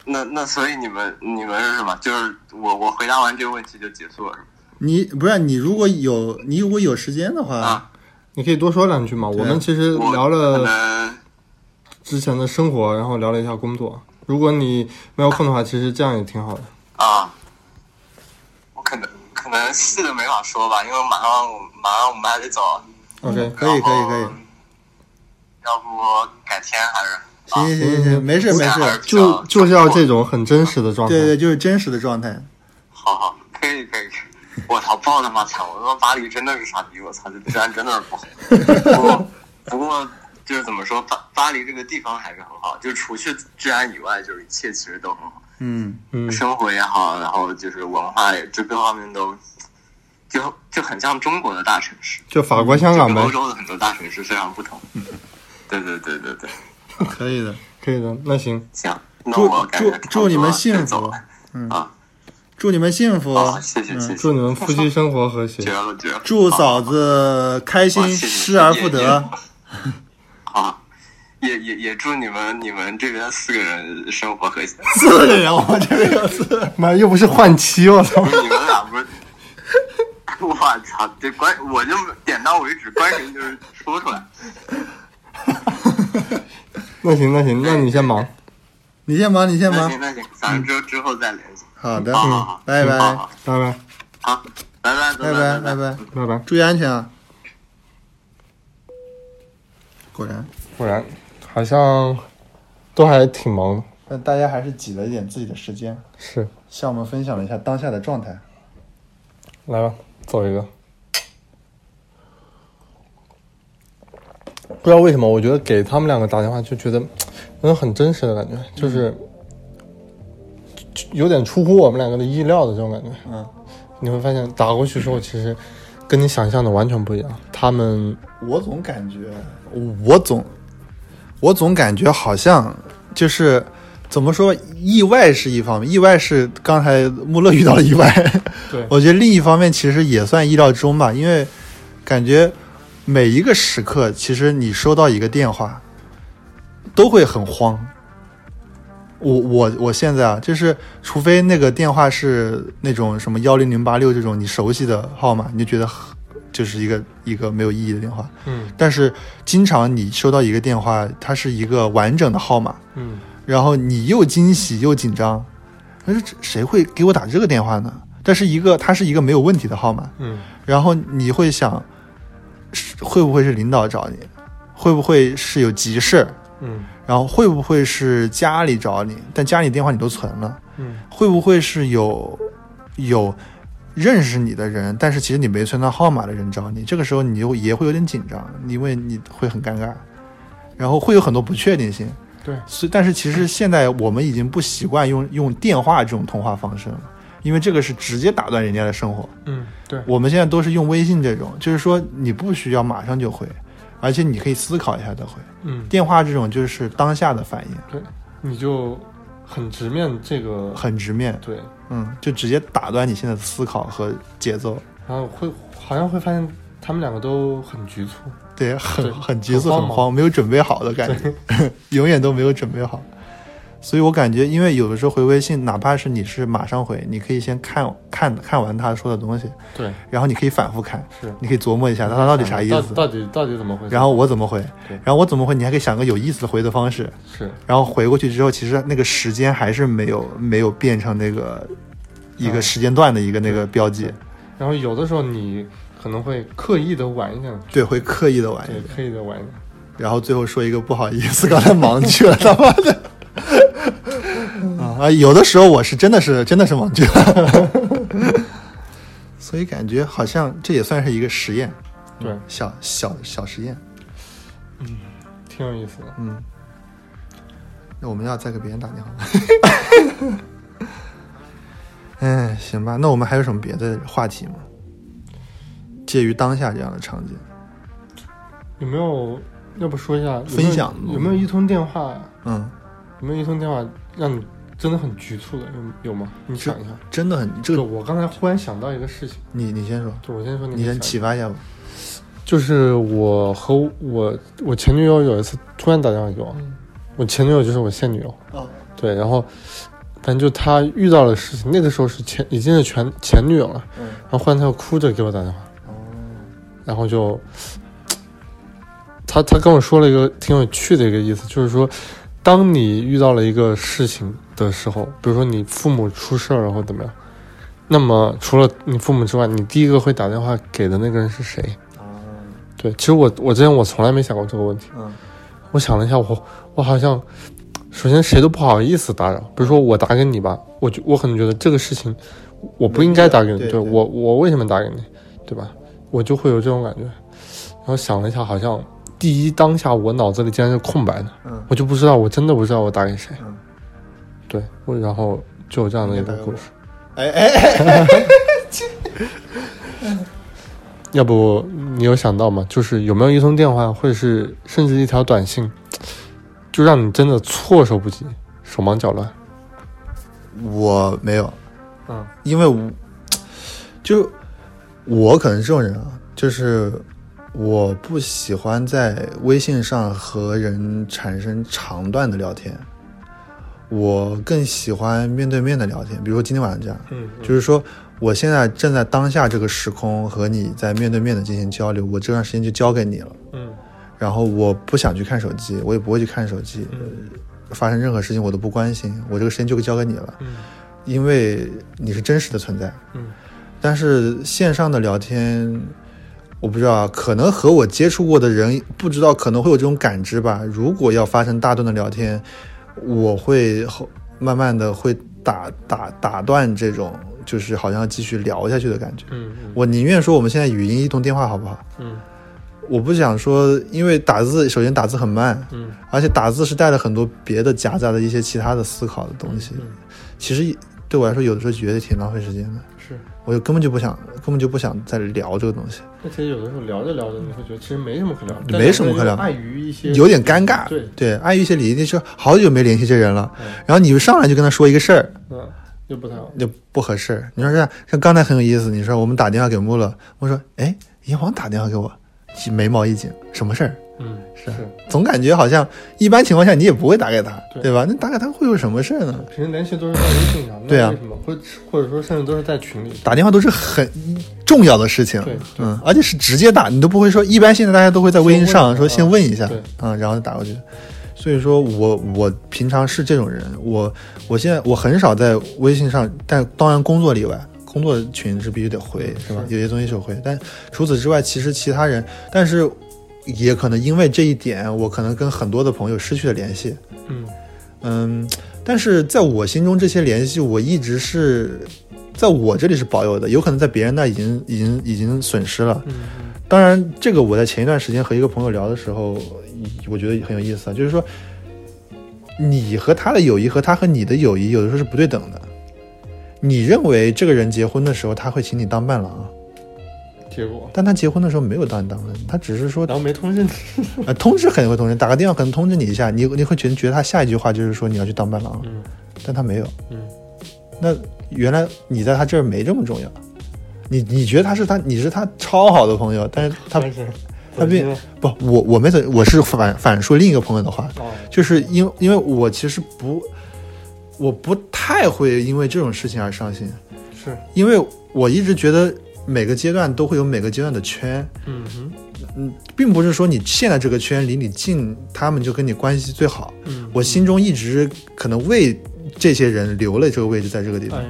[SPEAKER 4] 那那所以你们你们是什么？就是我我回答完这个问题就结束了，是吗？
[SPEAKER 1] 你不是你如果有你如果有时间的话，
[SPEAKER 4] 啊
[SPEAKER 2] 你可以多说两句嘛。我们其实
[SPEAKER 4] 我
[SPEAKER 2] 聊
[SPEAKER 4] 可
[SPEAKER 2] 了
[SPEAKER 4] 能
[SPEAKER 2] 之前的生活，然后聊了一下工作。如果你没有空的话，其实这样也挺好的。
[SPEAKER 4] 啊，我可能可能细的没法说吧，因为马上我马上我们还得走，
[SPEAKER 2] OK，
[SPEAKER 4] 嗯
[SPEAKER 1] 可以可以可以
[SPEAKER 4] 然后。要不改天还是
[SPEAKER 1] 行行行行行，没事没
[SPEAKER 4] 啊
[SPEAKER 1] 事，
[SPEAKER 2] 就就是要这种很真实的状态。
[SPEAKER 1] 对对，就是真实的状态。
[SPEAKER 4] 好好，可以可以。可以我操，爆他妈惨！我他妈巴黎真的是傻逼！我操，这治安真的是不好。不过不过就是怎么说，巴巴黎这个地方还是很好，就除去治安以外，就是一切其实都很好，
[SPEAKER 1] 嗯，
[SPEAKER 2] 嗯，
[SPEAKER 4] 生活也好，然后就是文化也，就各方面都，就就很像中国的大城市，
[SPEAKER 2] 就法国、香港
[SPEAKER 4] 跟
[SPEAKER 2] 呗
[SPEAKER 4] 欧。洲的很多大城市非常不同。
[SPEAKER 1] 嗯
[SPEAKER 4] 对对对对对，
[SPEAKER 1] 可以的。
[SPEAKER 2] 可以的，那行，
[SPEAKER 4] 行，那
[SPEAKER 1] 祝
[SPEAKER 4] 我感觉
[SPEAKER 1] 祝祝你们幸
[SPEAKER 4] 走
[SPEAKER 1] 福嗯啊
[SPEAKER 4] 了，哦啊！
[SPEAKER 1] 祝你们幸福，
[SPEAKER 4] 好，谢
[SPEAKER 1] 嗯
[SPEAKER 4] 谢谢
[SPEAKER 2] 祝
[SPEAKER 4] 谢，
[SPEAKER 2] 你们夫妻生活和谐
[SPEAKER 4] 绝。了绝了，
[SPEAKER 1] 祝
[SPEAKER 4] 好
[SPEAKER 1] 嫂子开
[SPEAKER 4] 哇
[SPEAKER 1] 心，
[SPEAKER 4] 谢谢
[SPEAKER 1] 失而复
[SPEAKER 4] 也
[SPEAKER 1] 得。
[SPEAKER 4] 也啊，也也也祝你们你们这边四个人生活和谐。
[SPEAKER 1] 四个人，我这边有四个人。
[SPEAKER 2] 妈，又不是换妻，我操
[SPEAKER 4] 不！是你们俩不是？ 我操！这关我就点到为止，关键就是说出来。
[SPEAKER 2] 那行那行，那你先忙，
[SPEAKER 1] 你先忙，你先
[SPEAKER 4] 那
[SPEAKER 1] 忙
[SPEAKER 4] 行。那行，咱们之后之后再联系。
[SPEAKER 1] 好的，
[SPEAKER 4] 好好好
[SPEAKER 1] 嗯拜拜，
[SPEAKER 4] 好好
[SPEAKER 2] 拜拜
[SPEAKER 4] 好，拜拜
[SPEAKER 1] 拜
[SPEAKER 4] 拜
[SPEAKER 1] 拜，拜拜，
[SPEAKER 2] 拜拜。
[SPEAKER 1] 注意安全啊！果然，
[SPEAKER 2] 果然，好像都还挺忙的。
[SPEAKER 1] 但呃大家还是挤了一点自己的时间，
[SPEAKER 2] 是，
[SPEAKER 1] 向我们分享了一下当下的状态。
[SPEAKER 2] 来吧，走一个。不知道为什么，我觉得给他们两个打电话就觉得，嗯，很真实的感觉，就是、就有点出乎我们两个的意料的这种感觉。
[SPEAKER 1] 嗯，
[SPEAKER 2] 你会发现打过去之后，其实跟你想象的完全不一样。他们
[SPEAKER 1] 我总感觉，我总，我总感觉好像就是怎么说，意外是一方面，意外是刚才穆勒遇到了意外，
[SPEAKER 2] 对
[SPEAKER 1] 我觉得另一方面其实也算意料之中吧，因为感觉每一个时刻，其实你收到一个电话，都会很慌。我我我现在啊，就是除非那个电话是那种什么幺零零八六这种你熟悉的号码，你就觉得很就是一个一个没有意义的电话。
[SPEAKER 2] 嗯
[SPEAKER 1] 但是经常你收到一个电话，它是一个完整的号码，
[SPEAKER 2] 嗯
[SPEAKER 1] 然后你又惊喜又紧张，但是这谁会给我打这个电话呢？但是一个它是一个没有问题的号码，
[SPEAKER 2] 嗯
[SPEAKER 1] 然后你会想，是会不会是领导找你？会不会是有急事？
[SPEAKER 2] 嗯
[SPEAKER 1] 然后会不会是家里找你？但家里电话你都存了，
[SPEAKER 2] 嗯
[SPEAKER 1] 会不会是有有认识你的人，但是其实你没存他号码的人找你？这个时候你就也会有点紧张，因为你会很尴尬，然后会有很多不确定性。
[SPEAKER 2] 对
[SPEAKER 1] 所以但是其实现在我们已经不习惯用用电话这种通话方式了，因为这个是直接打断人家的生活。
[SPEAKER 2] 嗯，对，
[SPEAKER 1] 我们现在都是用微信这种，就是说你不需要马上就回，而且你可以思考一下再回。
[SPEAKER 2] 嗯
[SPEAKER 1] 电话这种就是当下的反应，
[SPEAKER 2] 对，你就很直面这个，
[SPEAKER 1] 很直面，
[SPEAKER 2] 对，
[SPEAKER 1] 嗯，就直接打断你现在的思考和节奏，
[SPEAKER 2] 然后会好像会发现他们两个都很局促，
[SPEAKER 1] 对，很
[SPEAKER 2] 对
[SPEAKER 1] 很急促，
[SPEAKER 2] 很
[SPEAKER 1] 很
[SPEAKER 2] 慌忙
[SPEAKER 1] 慌，没有准备好的感觉， 永远都没有准备好。所以我感觉，因为有的时候回微信，哪怕是你是马上回，你可以先看看看完他说的东西，
[SPEAKER 2] 对，
[SPEAKER 1] 然后你可以反复看，
[SPEAKER 2] 是
[SPEAKER 1] 你可以琢磨一下他他到底啥意思，
[SPEAKER 2] 到底到底怎么回事？
[SPEAKER 1] 然后我怎么回，
[SPEAKER 2] 对
[SPEAKER 1] 然后我怎么回，你还可以想个有意思的回的方式，
[SPEAKER 2] 是
[SPEAKER 1] 然后回过去之后，其实那个时间还是没有没有变成那个一个
[SPEAKER 2] 嗯
[SPEAKER 1] 时间段的一个那个标记，
[SPEAKER 2] 然后有的时候你可能会刻意的晚一点，
[SPEAKER 1] 对，会刻意的玩一
[SPEAKER 2] 对，
[SPEAKER 1] 点，
[SPEAKER 2] 刻意的晚一点。
[SPEAKER 1] 然后最后说一个不好意思，刚才忙去了，他妈的。啊，有的时候我是真的是真的是忙去了，所以感觉好像这也算是一个实验，
[SPEAKER 2] 对，
[SPEAKER 1] 小小小实验。
[SPEAKER 2] 挺有意思的。
[SPEAKER 1] 那我们要再给别人打电话。哎，行吧，那我们还有什么别的话题吗？介于当下这样的场景，
[SPEAKER 2] 有没有？要不说一下有没有
[SPEAKER 1] 分享
[SPEAKER 2] 有没有一通电话？
[SPEAKER 1] 嗯，
[SPEAKER 2] 有没有一通电话让你真的很局促的？有有吗？你想一下。
[SPEAKER 1] 真的很这个，
[SPEAKER 2] 就我刚才忽然想到一个事情，
[SPEAKER 1] 你你先说，
[SPEAKER 2] 就我先说你，
[SPEAKER 1] 你先启。发一下吧。
[SPEAKER 2] 就是我和我我前女友有一次突然打电话给我，我前女友就是我现女友。
[SPEAKER 1] 哦
[SPEAKER 2] 对，然后反正就她遇到了事情，那个时候是前已经是前前女友了，
[SPEAKER 1] 嗯哦
[SPEAKER 2] 然后忽然她又哭着给我打电话，然后就她她跟我说了一个挺有趣的一个意思，就是说，当你遇到了一个事情的时候，比如说你父母出事儿了或怎么样，那么除了你父母之外，你第一个会打电话给的那个人是谁？
[SPEAKER 1] 啊
[SPEAKER 2] 对，其实我我之前我从来没想过这个问题。
[SPEAKER 1] 嗯，
[SPEAKER 2] 我想了一下，我我好像首先谁都不好意思打扰。比如说我打给你吧，我就我可能觉得这个事情我不应该打给你，
[SPEAKER 1] 对对
[SPEAKER 2] 我我为什么打给你，对吧？我就会有这种感觉。然后想了一下，好像第一当下我脑子里竟然是空白的，
[SPEAKER 1] 嗯
[SPEAKER 2] 我就不知道，我真的不知道我打给谁。
[SPEAKER 1] 嗯
[SPEAKER 2] 对，我然后就有这样的一个
[SPEAKER 1] 应该打给
[SPEAKER 2] 故
[SPEAKER 1] 我
[SPEAKER 2] 事。
[SPEAKER 1] 哎哎哎，
[SPEAKER 2] 要不你有想到吗？就是有没有一通电话，或者是甚至一条短信，就让你真的措手不及、手忙脚乱？
[SPEAKER 1] 我没有，
[SPEAKER 2] 嗯
[SPEAKER 1] 因为我就我可能是这种人啊，就是我不喜欢在微信上和人产生长段的聊天，我更喜欢面对面的聊天。比如说今天晚上这样，
[SPEAKER 2] 嗯
[SPEAKER 1] 就是说我现在正在当下这个时空和你在面对面的进行交流，我这段时间就交给你了。
[SPEAKER 2] 嗯
[SPEAKER 1] 然后我不想去看手机，我也不会去看手机，
[SPEAKER 2] 嗯
[SPEAKER 1] 发生任何事情我都不关心，我这个时间就交给你了。
[SPEAKER 2] 嗯
[SPEAKER 1] 因为你是真实的存在。
[SPEAKER 2] 嗯，
[SPEAKER 1] 但是线上的聊天，我不知道啊，可能和我接触过的人不知道，可能会有这种感知吧。如果要发生大段的聊天，我会后慢慢的会打打打断这种，就是好像要继续聊下去的感觉。
[SPEAKER 2] 嗯
[SPEAKER 1] 我宁愿说我们现在语音一通电话好不好？
[SPEAKER 2] 嗯
[SPEAKER 1] 我不想说，因为打字首先打字很慢，
[SPEAKER 2] 嗯
[SPEAKER 1] 而且打字是带了很多别的夹杂的一些其他的思考的东
[SPEAKER 2] 嗯
[SPEAKER 1] 西。其实对我来说，有的时候觉得挺浪费时间的，
[SPEAKER 2] 是。
[SPEAKER 1] 我就根本就不想，根本就不想再聊这个东西，
[SPEAKER 2] 而且有的时候聊着聊着，你会觉得其实没什么可聊，
[SPEAKER 1] 没什么可聊
[SPEAKER 2] 但是又碍于一些
[SPEAKER 1] 有点尴尬。
[SPEAKER 2] 对，
[SPEAKER 1] 碍于一些礼仪，说好久没联系这人了，
[SPEAKER 2] 嗯
[SPEAKER 1] 然后你上来就跟他说一个事儿，
[SPEAKER 2] 嗯，又不太好。
[SPEAKER 1] 就不合适。你说这样，像刚才很有意思，你说我们打电话给穆勒，我说哎，银皇打电话给我，眉毛一紧，什么事儿？
[SPEAKER 2] 嗯，是
[SPEAKER 1] 总感觉好像一般情况下你也不会打给他，
[SPEAKER 2] 对
[SPEAKER 1] 对吧？那打给他会有什么事儿呢？
[SPEAKER 2] 平时联系都是在微信上，那
[SPEAKER 1] 对啊
[SPEAKER 2] 为什么或者或者说甚至都是在群里，
[SPEAKER 1] 打电话都是很重要的事情
[SPEAKER 2] 对对，
[SPEAKER 1] 嗯，而且是直接打，你都不会说。一般现在大家都会在微信上
[SPEAKER 2] 先问一下
[SPEAKER 1] 说先问一下
[SPEAKER 2] 啊对，
[SPEAKER 1] 嗯，然后打过去。所以说我我平常是这种人，我我现在我很少在微信上，但当然工作例外，工作群是必须得回，是吧？有些东西是回，但除此之外，其实其他人，但是也可能因为这一点，我可能跟很多的朋友失去了联系，
[SPEAKER 2] 嗯，
[SPEAKER 1] 嗯，但是在我心中，这些联系我一直是在我这里是保有的，有可能在别人那已经已经已经损失了。当然，这个我在前一段时间和一个朋友聊的时候，我觉得很有意思啊，就是说，你和他的友谊和他和你的友谊有的时候是不对等的。你认为这个人结婚的时候他会请你当伴郎，啊
[SPEAKER 2] 结果
[SPEAKER 1] 但他结婚的时候没有当你当伴郎，他只是说
[SPEAKER 2] 然后没通知你，
[SPEAKER 1] 呃，通知肯定会通知，打个电话可能通知你一下，你你会觉得觉得他下一句话就是说你要去当伴郎，
[SPEAKER 2] 嗯
[SPEAKER 1] 但他没有，
[SPEAKER 2] 嗯，
[SPEAKER 1] 那原来你在他这儿没这么重要，你你觉得他是他你是他超好的朋友，但是他
[SPEAKER 2] 但是
[SPEAKER 1] 他并
[SPEAKER 2] 啊
[SPEAKER 1] 不我我没怎我是反反说另一个朋友的话，，
[SPEAKER 2] 哦
[SPEAKER 1] 就是因因为我其实不我不太会因为这种事情而伤心，
[SPEAKER 2] 是，
[SPEAKER 1] 因为我一直觉得每个阶段都会有每个阶段的圈，
[SPEAKER 2] 嗯哼，
[SPEAKER 1] 并不是说你现在这个圈离你近，他们就跟你关系最好。
[SPEAKER 2] 嗯，
[SPEAKER 1] 我心中一直可能为这些人留了这个位置在这个地方。
[SPEAKER 2] 哎，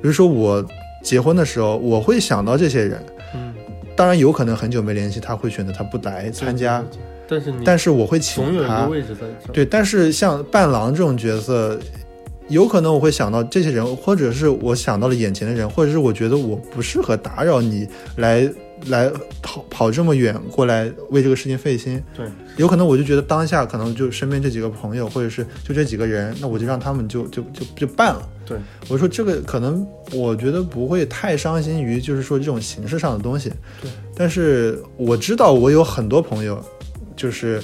[SPEAKER 1] 比如说我结婚的时候，我会想到这些人，
[SPEAKER 2] 嗯，
[SPEAKER 1] 当然有可能很久没联系，他会选择他不来参加，，
[SPEAKER 2] 但是你
[SPEAKER 1] 但是我会
[SPEAKER 2] 嗯总
[SPEAKER 1] 请
[SPEAKER 2] 有一个
[SPEAKER 1] 他。
[SPEAKER 2] 位置在这儿，
[SPEAKER 1] 对，但是像伴郎这种角色，有可能我会想到这些人，或者是我想到了眼前的人，或者是我觉得我不适合打扰你来来跑跑这么远过来为这个事情费心。
[SPEAKER 2] 对，
[SPEAKER 1] 有可能我就觉得当下可能就身边这几个朋友，或者是就这几个人，那我就让他们就就就就办了。
[SPEAKER 2] 对，
[SPEAKER 1] 我说这个可能我觉得不会太伤心于就是说这种形式上的东西。
[SPEAKER 2] 对，
[SPEAKER 1] 但是我知道我有很多朋友，就是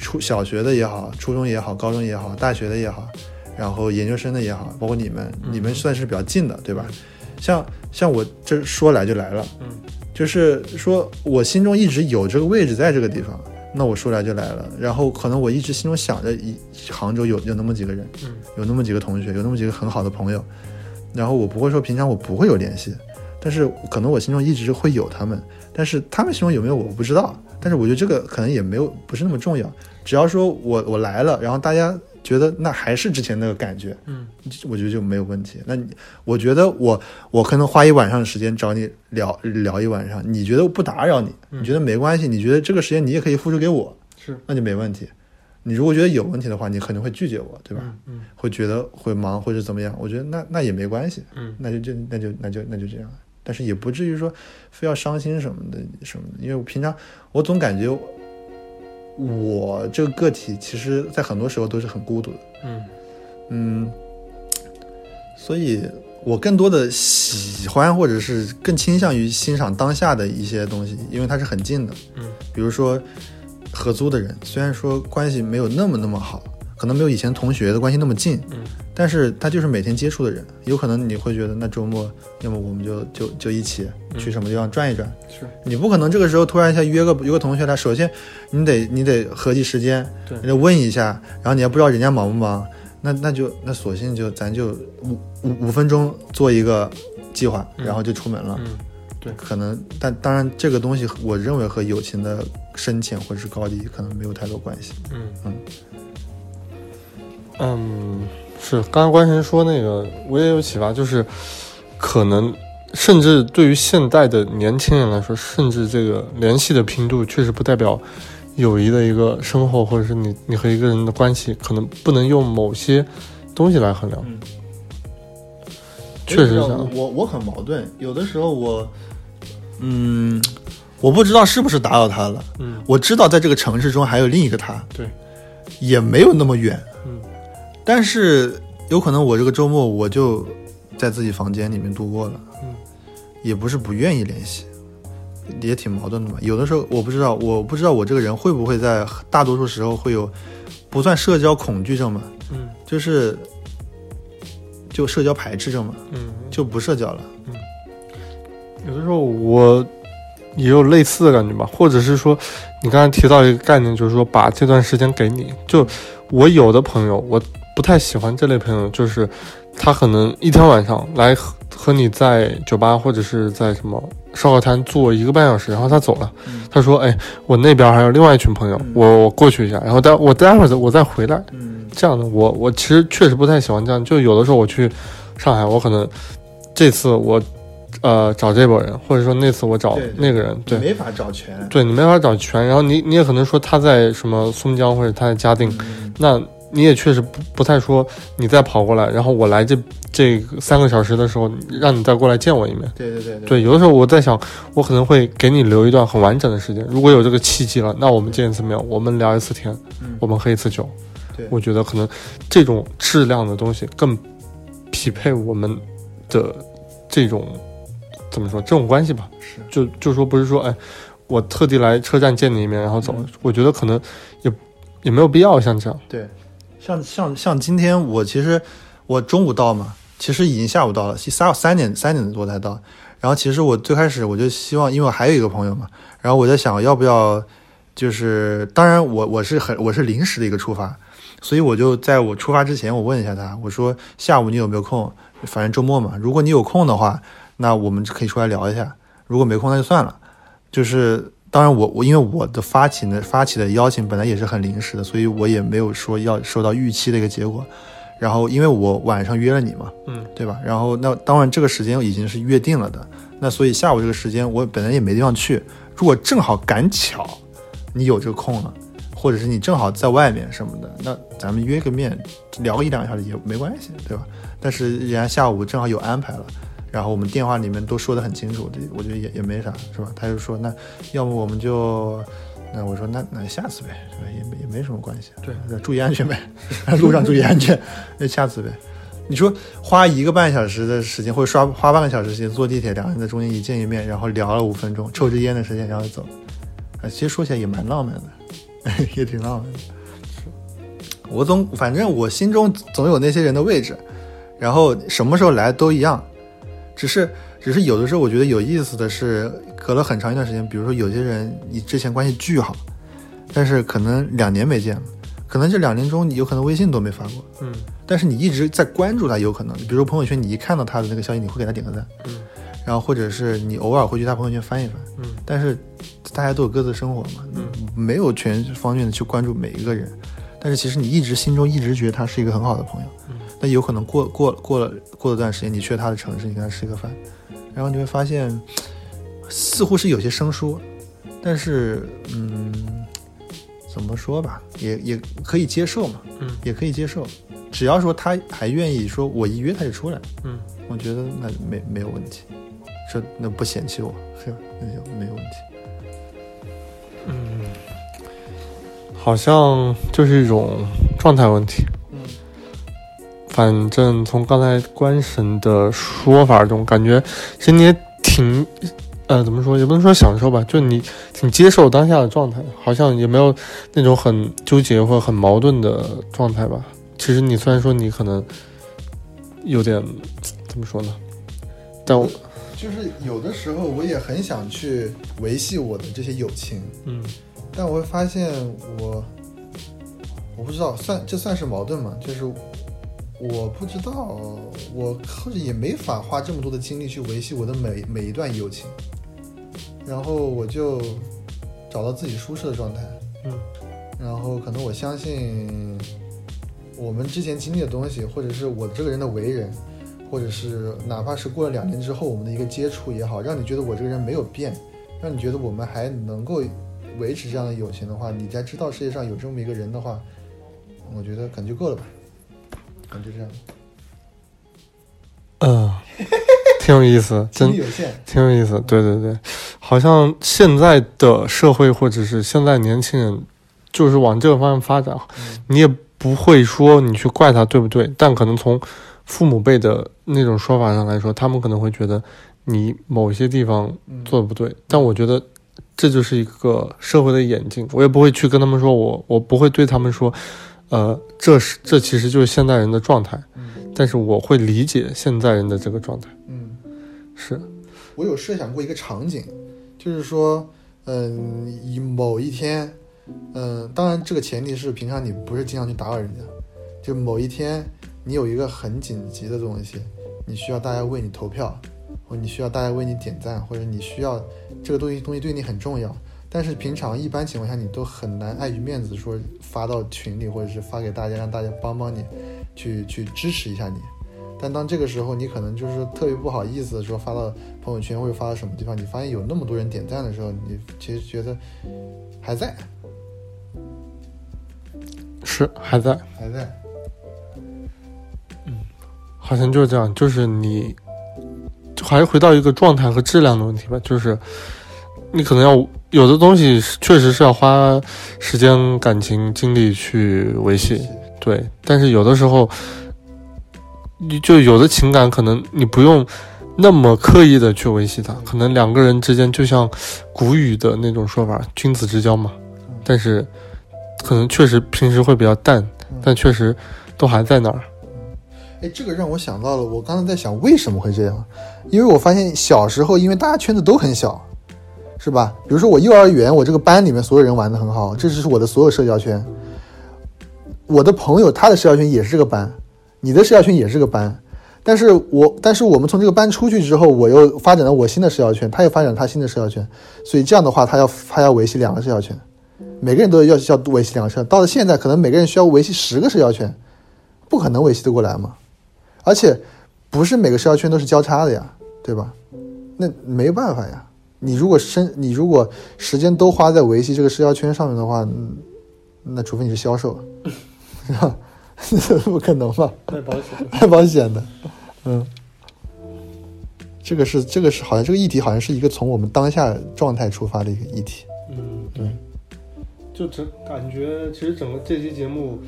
[SPEAKER 1] 初小学的也好，初中也好，高中也好，大学的也好，然后研究生的也好，包括你们，
[SPEAKER 2] 嗯
[SPEAKER 1] 你们算是比较近的，对吧？像像我这说来就来了，
[SPEAKER 2] 嗯，
[SPEAKER 1] 就是说我心中一直有这个位置在这个地方，那我说来就来了。然后可能我一直心中想着一杭州有有那么几个人，
[SPEAKER 2] 嗯，
[SPEAKER 1] 有那么几个同学，有那么几个很好的朋友，然后我不会说平常我不会有联系，但是可能我心中一直会有他们，但是他们心中有没有我不知道，但是我觉得这个可能也没有不是那么重要，只要说我我来了，然后大家觉得那还是之前那个感觉，
[SPEAKER 2] 嗯，
[SPEAKER 1] 我觉得就没有问题。那你我觉得我我可能花一晚上的时间找你聊聊一晚上，你觉得不打扰你，
[SPEAKER 2] 嗯
[SPEAKER 1] 你觉得没关系，你觉得这个时间你也可以付出给我，
[SPEAKER 2] 是，
[SPEAKER 1] 那就没问题。你如果觉得有问题的话，你肯定会拒绝我，对吧？
[SPEAKER 2] 嗯嗯
[SPEAKER 1] 会觉得会忙或者怎么样，我觉得那那也没关系，
[SPEAKER 2] 嗯，
[SPEAKER 1] 那就这那就那就那就这样，但是也不至于说非要伤心什么的什么的，因为我平常我总感觉我这个个体其实在很多时候都是很孤独的，
[SPEAKER 2] 嗯
[SPEAKER 1] 嗯，所以我更多的喜欢或者是更倾向于欣赏当下的一些东西，因为它是很近的。
[SPEAKER 2] 嗯，
[SPEAKER 1] 比如说合租的人，虽然说关系没有那么那么好，可能没有以前同学的关系那么近，
[SPEAKER 2] 嗯，
[SPEAKER 1] 但是他就是每天接触的人，有可能你会觉得那周末，要么我们就就就一起去什么地方转一转，
[SPEAKER 2] 是，
[SPEAKER 1] 你不可能这个时候突然一下约个约个同学来，首先你得你得合计时间
[SPEAKER 2] 对，
[SPEAKER 1] 你得问一下，然后你也不知道人家忙不忙，那那就那索性就咱就五五五分钟做一个计划，然后就出门了。
[SPEAKER 2] 嗯
[SPEAKER 1] 可能，但当然这个东西我认为和友情的深浅或者是高低可能没有太多关系。
[SPEAKER 2] 嗯
[SPEAKER 1] 嗯
[SPEAKER 2] 嗯，是，刚才关神说那个，我也有启发，就是可能。甚至对于现代的年轻人来说，甚至这个联系的频度确实不代表友谊的一个深厚，或者是你你和一个人的关系，可能不能用某些东西来衡量。
[SPEAKER 1] 嗯
[SPEAKER 2] 确实是啊这
[SPEAKER 1] 我
[SPEAKER 2] 样。
[SPEAKER 1] 我很矛盾，有的时候我，嗯，我不知道是不是打扰他了，
[SPEAKER 2] 嗯，
[SPEAKER 1] 我知道在这个城市中还有另一个他，
[SPEAKER 2] 对，
[SPEAKER 1] 也没有那么远，
[SPEAKER 2] 嗯，
[SPEAKER 1] 但是有可能我这个周末我就在自己房间里面度过了，
[SPEAKER 2] 嗯，
[SPEAKER 1] 也不是不愿意联系，也挺矛盾的嘛。有的时候我不知道，我不知道我这个人会不会在大多数时候会有不算社交恐惧症嘛，
[SPEAKER 2] 嗯
[SPEAKER 1] 就是就社交排斥症嘛，
[SPEAKER 2] 嗯，
[SPEAKER 1] 就不社交了。
[SPEAKER 2] 有的时候我也有类似的感觉吧，或者是说，你刚才提到一个概念，就是说把这段时间给你。就我有的朋友，我不太喜欢这类朋友，就是他可能一天晚上来和和你在酒吧或者是在什么烧烤摊坐一个半小时，然后他走了，他说：“哎，我那边还有另外一群朋友，我我过去一下，然后待我待会儿再我再回来。”这样的，我我其实确实不太喜欢这样。就有的时候我去上海，我可能这次我呃找这波人，或者说那次我找
[SPEAKER 5] 对对
[SPEAKER 2] 那个人，对
[SPEAKER 5] 没法找全。
[SPEAKER 2] 对你没法找全，然后你你也可能说他在什么松江或者他在嘉定，
[SPEAKER 1] 嗯
[SPEAKER 2] 那你也确实不不太说你再跑过来，然后我来这这个三个小时的时候，让你再过来见我一面。
[SPEAKER 5] 对对对对，
[SPEAKER 2] 对，有的时候我在想，我可能会给你留一段很完整的时间。如果有这个契机了，那我们见一次面，我们聊一次天，我们喝一次酒。
[SPEAKER 5] 嗯对
[SPEAKER 2] 我觉得可能这种质量的东西更匹配我们的这种怎么说这种关系吧。
[SPEAKER 5] 是
[SPEAKER 2] 就就说不是说哎，我特地来车站见你一面然后走
[SPEAKER 5] 嗯
[SPEAKER 2] 了，我觉得可能也也没有必要像这样。
[SPEAKER 5] 对，
[SPEAKER 1] 像像像今天我其实我中午到嘛，其实已经下午到了，下午三点三点多才到。然后其实我最开始我就希望，因为我还有一个朋友嘛，然后我在想要不要，就是当然我我是很我是临时的一个出发，所以我就在我出发之前我问一下他，我说下午你有没有空？反正周末嘛，如果你有空的话，那我们就可以出来聊一下；如果没空那就算了。就是当然我我因为我的发起呢发起的邀请本来也是很临时的，所以我也没有说要收到预期的一个结果。然后因为我晚上约了你嘛，
[SPEAKER 2] 嗯，
[SPEAKER 1] 对吧？然后那当然这个时间已经是约定了的，那所以下午这个时间我本来也没地方去，如果正好赶巧你有这个空了。或者是你正好在外面什么的，那咱们约个面，聊一两个小时也没关系，对吧？但是人家下午正好有安排了，然后我们电话里面都说得很清楚，这我觉得也也没啥，是吧？他就说那要么我们就，那我说那那下次呗，是吧也没也没什么关系，
[SPEAKER 2] 对，
[SPEAKER 1] 注意安全呗，路上注意安全，那下次呗。你说花一个半小时的时间，或者刷花半个小时时间坐地铁，两个人在中间一见一面，然后聊了五分钟，抽支烟的时间，然后走。啊，其实说起来也蛮浪漫的， 也挺浪漫的。我总反正我心中总有那些人的位置，然后什么时候来都一样，只是只是有的时候我觉得有意思的是，隔了很长一段时间，比如说有些人你之前关系巨好，但是可能两年没见了，可能这两年中你有可能微信都没发过，
[SPEAKER 2] 嗯，
[SPEAKER 1] 但是你一直在关注他，有可能，比如说朋友圈你一看到他的那个消息，你会给他点个赞，
[SPEAKER 2] 嗯，
[SPEAKER 1] 然后或者是你偶尔会去他朋友圈翻一翻，
[SPEAKER 2] 嗯，
[SPEAKER 1] 但是大家都有各自的生活嘛，嗯，没有全方面的去关注每一个人，但是其实你一直心中一直觉得他是一个很好的朋友，
[SPEAKER 2] 嗯
[SPEAKER 1] 但有可能过过过了过了段时间，你去他的城市，你跟他吃个饭，然后你会发现，似乎是有些生疏，但是嗯，怎么说吧，也也可以接受嘛，
[SPEAKER 2] 嗯，
[SPEAKER 1] 也可以接受，只要说他还愿意说，我一约他就出来，
[SPEAKER 2] 嗯，
[SPEAKER 1] 我觉得那没没有问题，这那不嫌弃我， 是吧？那就没有问题。
[SPEAKER 2] 好像就是一种状态问题。反正从刚才官神的说法中，感觉其实你也挺，呃，怎么说也不能说享受吧，就你挺呃接受当下的状态，好像也没有那种很纠结或很矛盾的状态吧。其实你虽然说你可能有点怎么说呢，但我
[SPEAKER 1] 就是有的时候我也很想去维系我的这些友情，
[SPEAKER 2] 嗯
[SPEAKER 1] 但我会发现我，我不知道算这算是矛盾吗？就是我不知道，我或者也没法花这么多的精力去维系我的每每一段友情，然后我就找到自己舒适的状态，
[SPEAKER 2] 嗯，
[SPEAKER 1] 然后可能我相信我们之前经历的东西，或者是我这个人的为人。或者是哪怕是过了两年之后，我们的一个接触也好，让你觉得我这个人没有变，让你觉得我们还能够维持这样的友情的话，你在知道世界上有这么一个人的话，我觉得可能就够了吧，可能就这样，
[SPEAKER 2] 嗯、挺有意思，真
[SPEAKER 1] 精力有限，
[SPEAKER 2] 挺有意思，对对对，好像现在的社会或者是现在年轻人，就是往这个方向发展，你也不会说你去怪他对不对，但可能从父母辈的那种说法上来说，他们可能会觉得你某些地方
[SPEAKER 1] 嗯
[SPEAKER 2] 做的不对，但我觉得这就是一个社会的演进，我也不会去跟他们说我我不会对他们说，呃，这是这其实就是现代人的状态，但是我会理解现代人的这个状态，
[SPEAKER 1] 嗯嗯。
[SPEAKER 2] 是，
[SPEAKER 1] 我有设想过一个场景，就是说，嗯，以某一天，嗯，当然这个前提是平常你不是经常去打扰人家，就某一天你有一个很紧急的东西，你需要大家为你投票，或者你需要大家为你点赞，或者你需要这个东西东西对你很重要。但是平常一般情况下，你都很难碍于面子说发到群里，或者是发给大家，让大家帮帮你，去去支持一下你。但当这个时候，你可能就是特别不好意思说发到朋友圈或者发到什么地方，你发现有那么多人点赞的时候，你其实觉得还在，
[SPEAKER 2] 是还在，
[SPEAKER 1] 还在。
[SPEAKER 2] 好像就是这样，就是你就还是回到一个状态和质量的问题吧，就是你可能要有的东西是确实是要花时间、感情、精力去维系，对，但是有的时候，你就有的情感可能你不用那么刻意的去维系它，可能两个人之间就像古语的那种说法“君子之交”嘛，但是可能确实平时会比较淡，但确实都还在那儿。
[SPEAKER 1] 哎，这个让我想到了，我刚才在想为什么会这样，因为我发现小时候，因为大家圈子都很小，是吧？比如说我幼儿园，我这个班里面所有人玩的很好，这就是我的所有社交圈。我的朋友他的社交圈也是这个班，你的社交圈也是这个班，但是我但是我们从这个班出去之后，我又发展了我新的社交圈，他也发展了他新的社交圈，所以这样的话，他要他要维系两个社交圈，每个人都要要维系两个社，到了现在可能每个人需要维系十个社交圈，不可能维系得过来嘛。而且不是每个社交圈都是交叉的呀，对吧？那没办法呀。你如果深，你如果时间都花在维系这个社交圈上面的话，嗯那除非你是销售， 是吧？不可能吧？
[SPEAKER 2] 卖保险，
[SPEAKER 1] 卖保险的，嗯，这个是这个是好像这个议题好像是一个从我们当下状态出发的一个议题。
[SPEAKER 2] 嗯，对。就整感觉，其实整个这期节目，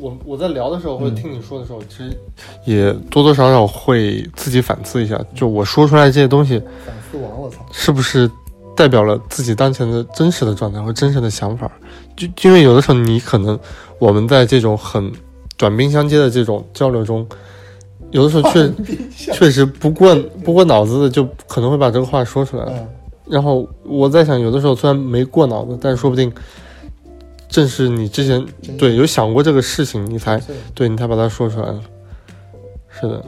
[SPEAKER 2] 我我在聊的时候，或者听你说的时候，其实也多多少少会自己反思一下，就我说出来这些东西，
[SPEAKER 1] 反思王，我操！
[SPEAKER 2] 是不是代表了自己当前的真实的状态和真实的想法？就因为有的时候你可能我们在这种很短兵相接的这种交流中，有的时候
[SPEAKER 1] 哦
[SPEAKER 2] 确确实不过不过脑子的就可能会把这个话说出来。
[SPEAKER 1] 嗯
[SPEAKER 2] 然后我在想，有的时候虽然没过脑子，但是说不定正是你之前
[SPEAKER 1] 真
[SPEAKER 2] 对有想过这个事情，你才
[SPEAKER 1] 是
[SPEAKER 2] 对你才把它说出来了。是的。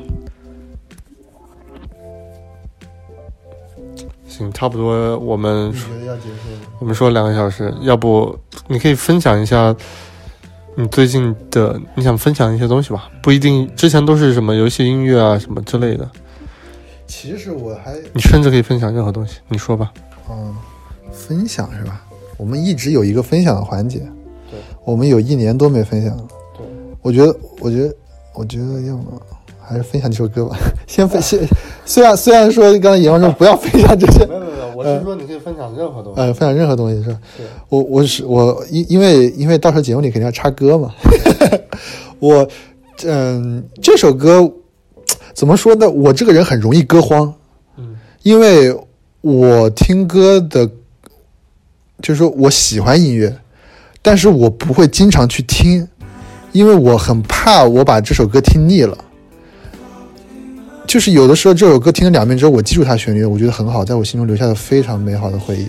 [SPEAKER 2] 行，差不多，我们
[SPEAKER 1] 你觉得要结束了？
[SPEAKER 2] 我们说两个小时，要不你可以分享一下你最近的你想分享一些东西吧？不一定，之前都是什么游戏、音乐啊什么之类的，
[SPEAKER 1] 其实我还
[SPEAKER 2] 你甚至可以分享任何东西，你说吧。
[SPEAKER 1] 嗯，分享是吧？我们一直有一个分享的环节，
[SPEAKER 2] 对，
[SPEAKER 1] 我们有一年多没分享了。
[SPEAKER 2] 对，
[SPEAKER 1] 我觉得，我觉得，我觉得，要么还是分享这首歌吧。 先分先，虽然虽然说刚才阎王说不要分享这些，
[SPEAKER 2] 有没有，我是说你可以分享任何东
[SPEAKER 1] 呃，分享任何东西是吧
[SPEAKER 2] 对？
[SPEAKER 1] 我我是我因因为因为到时候节目里肯定要插歌嘛， 我嗯这首歌怎么说呢？我这个人很容易歌荒，
[SPEAKER 2] 嗯，
[SPEAKER 1] 因为我听歌的，就是说我喜欢音乐，但是我不会经常去听，因为我很怕我把这首歌听腻了。就是有的时候这首歌听了两遍之后，我记住它旋律，我觉得很好，在我心中留下了非常美好的回忆。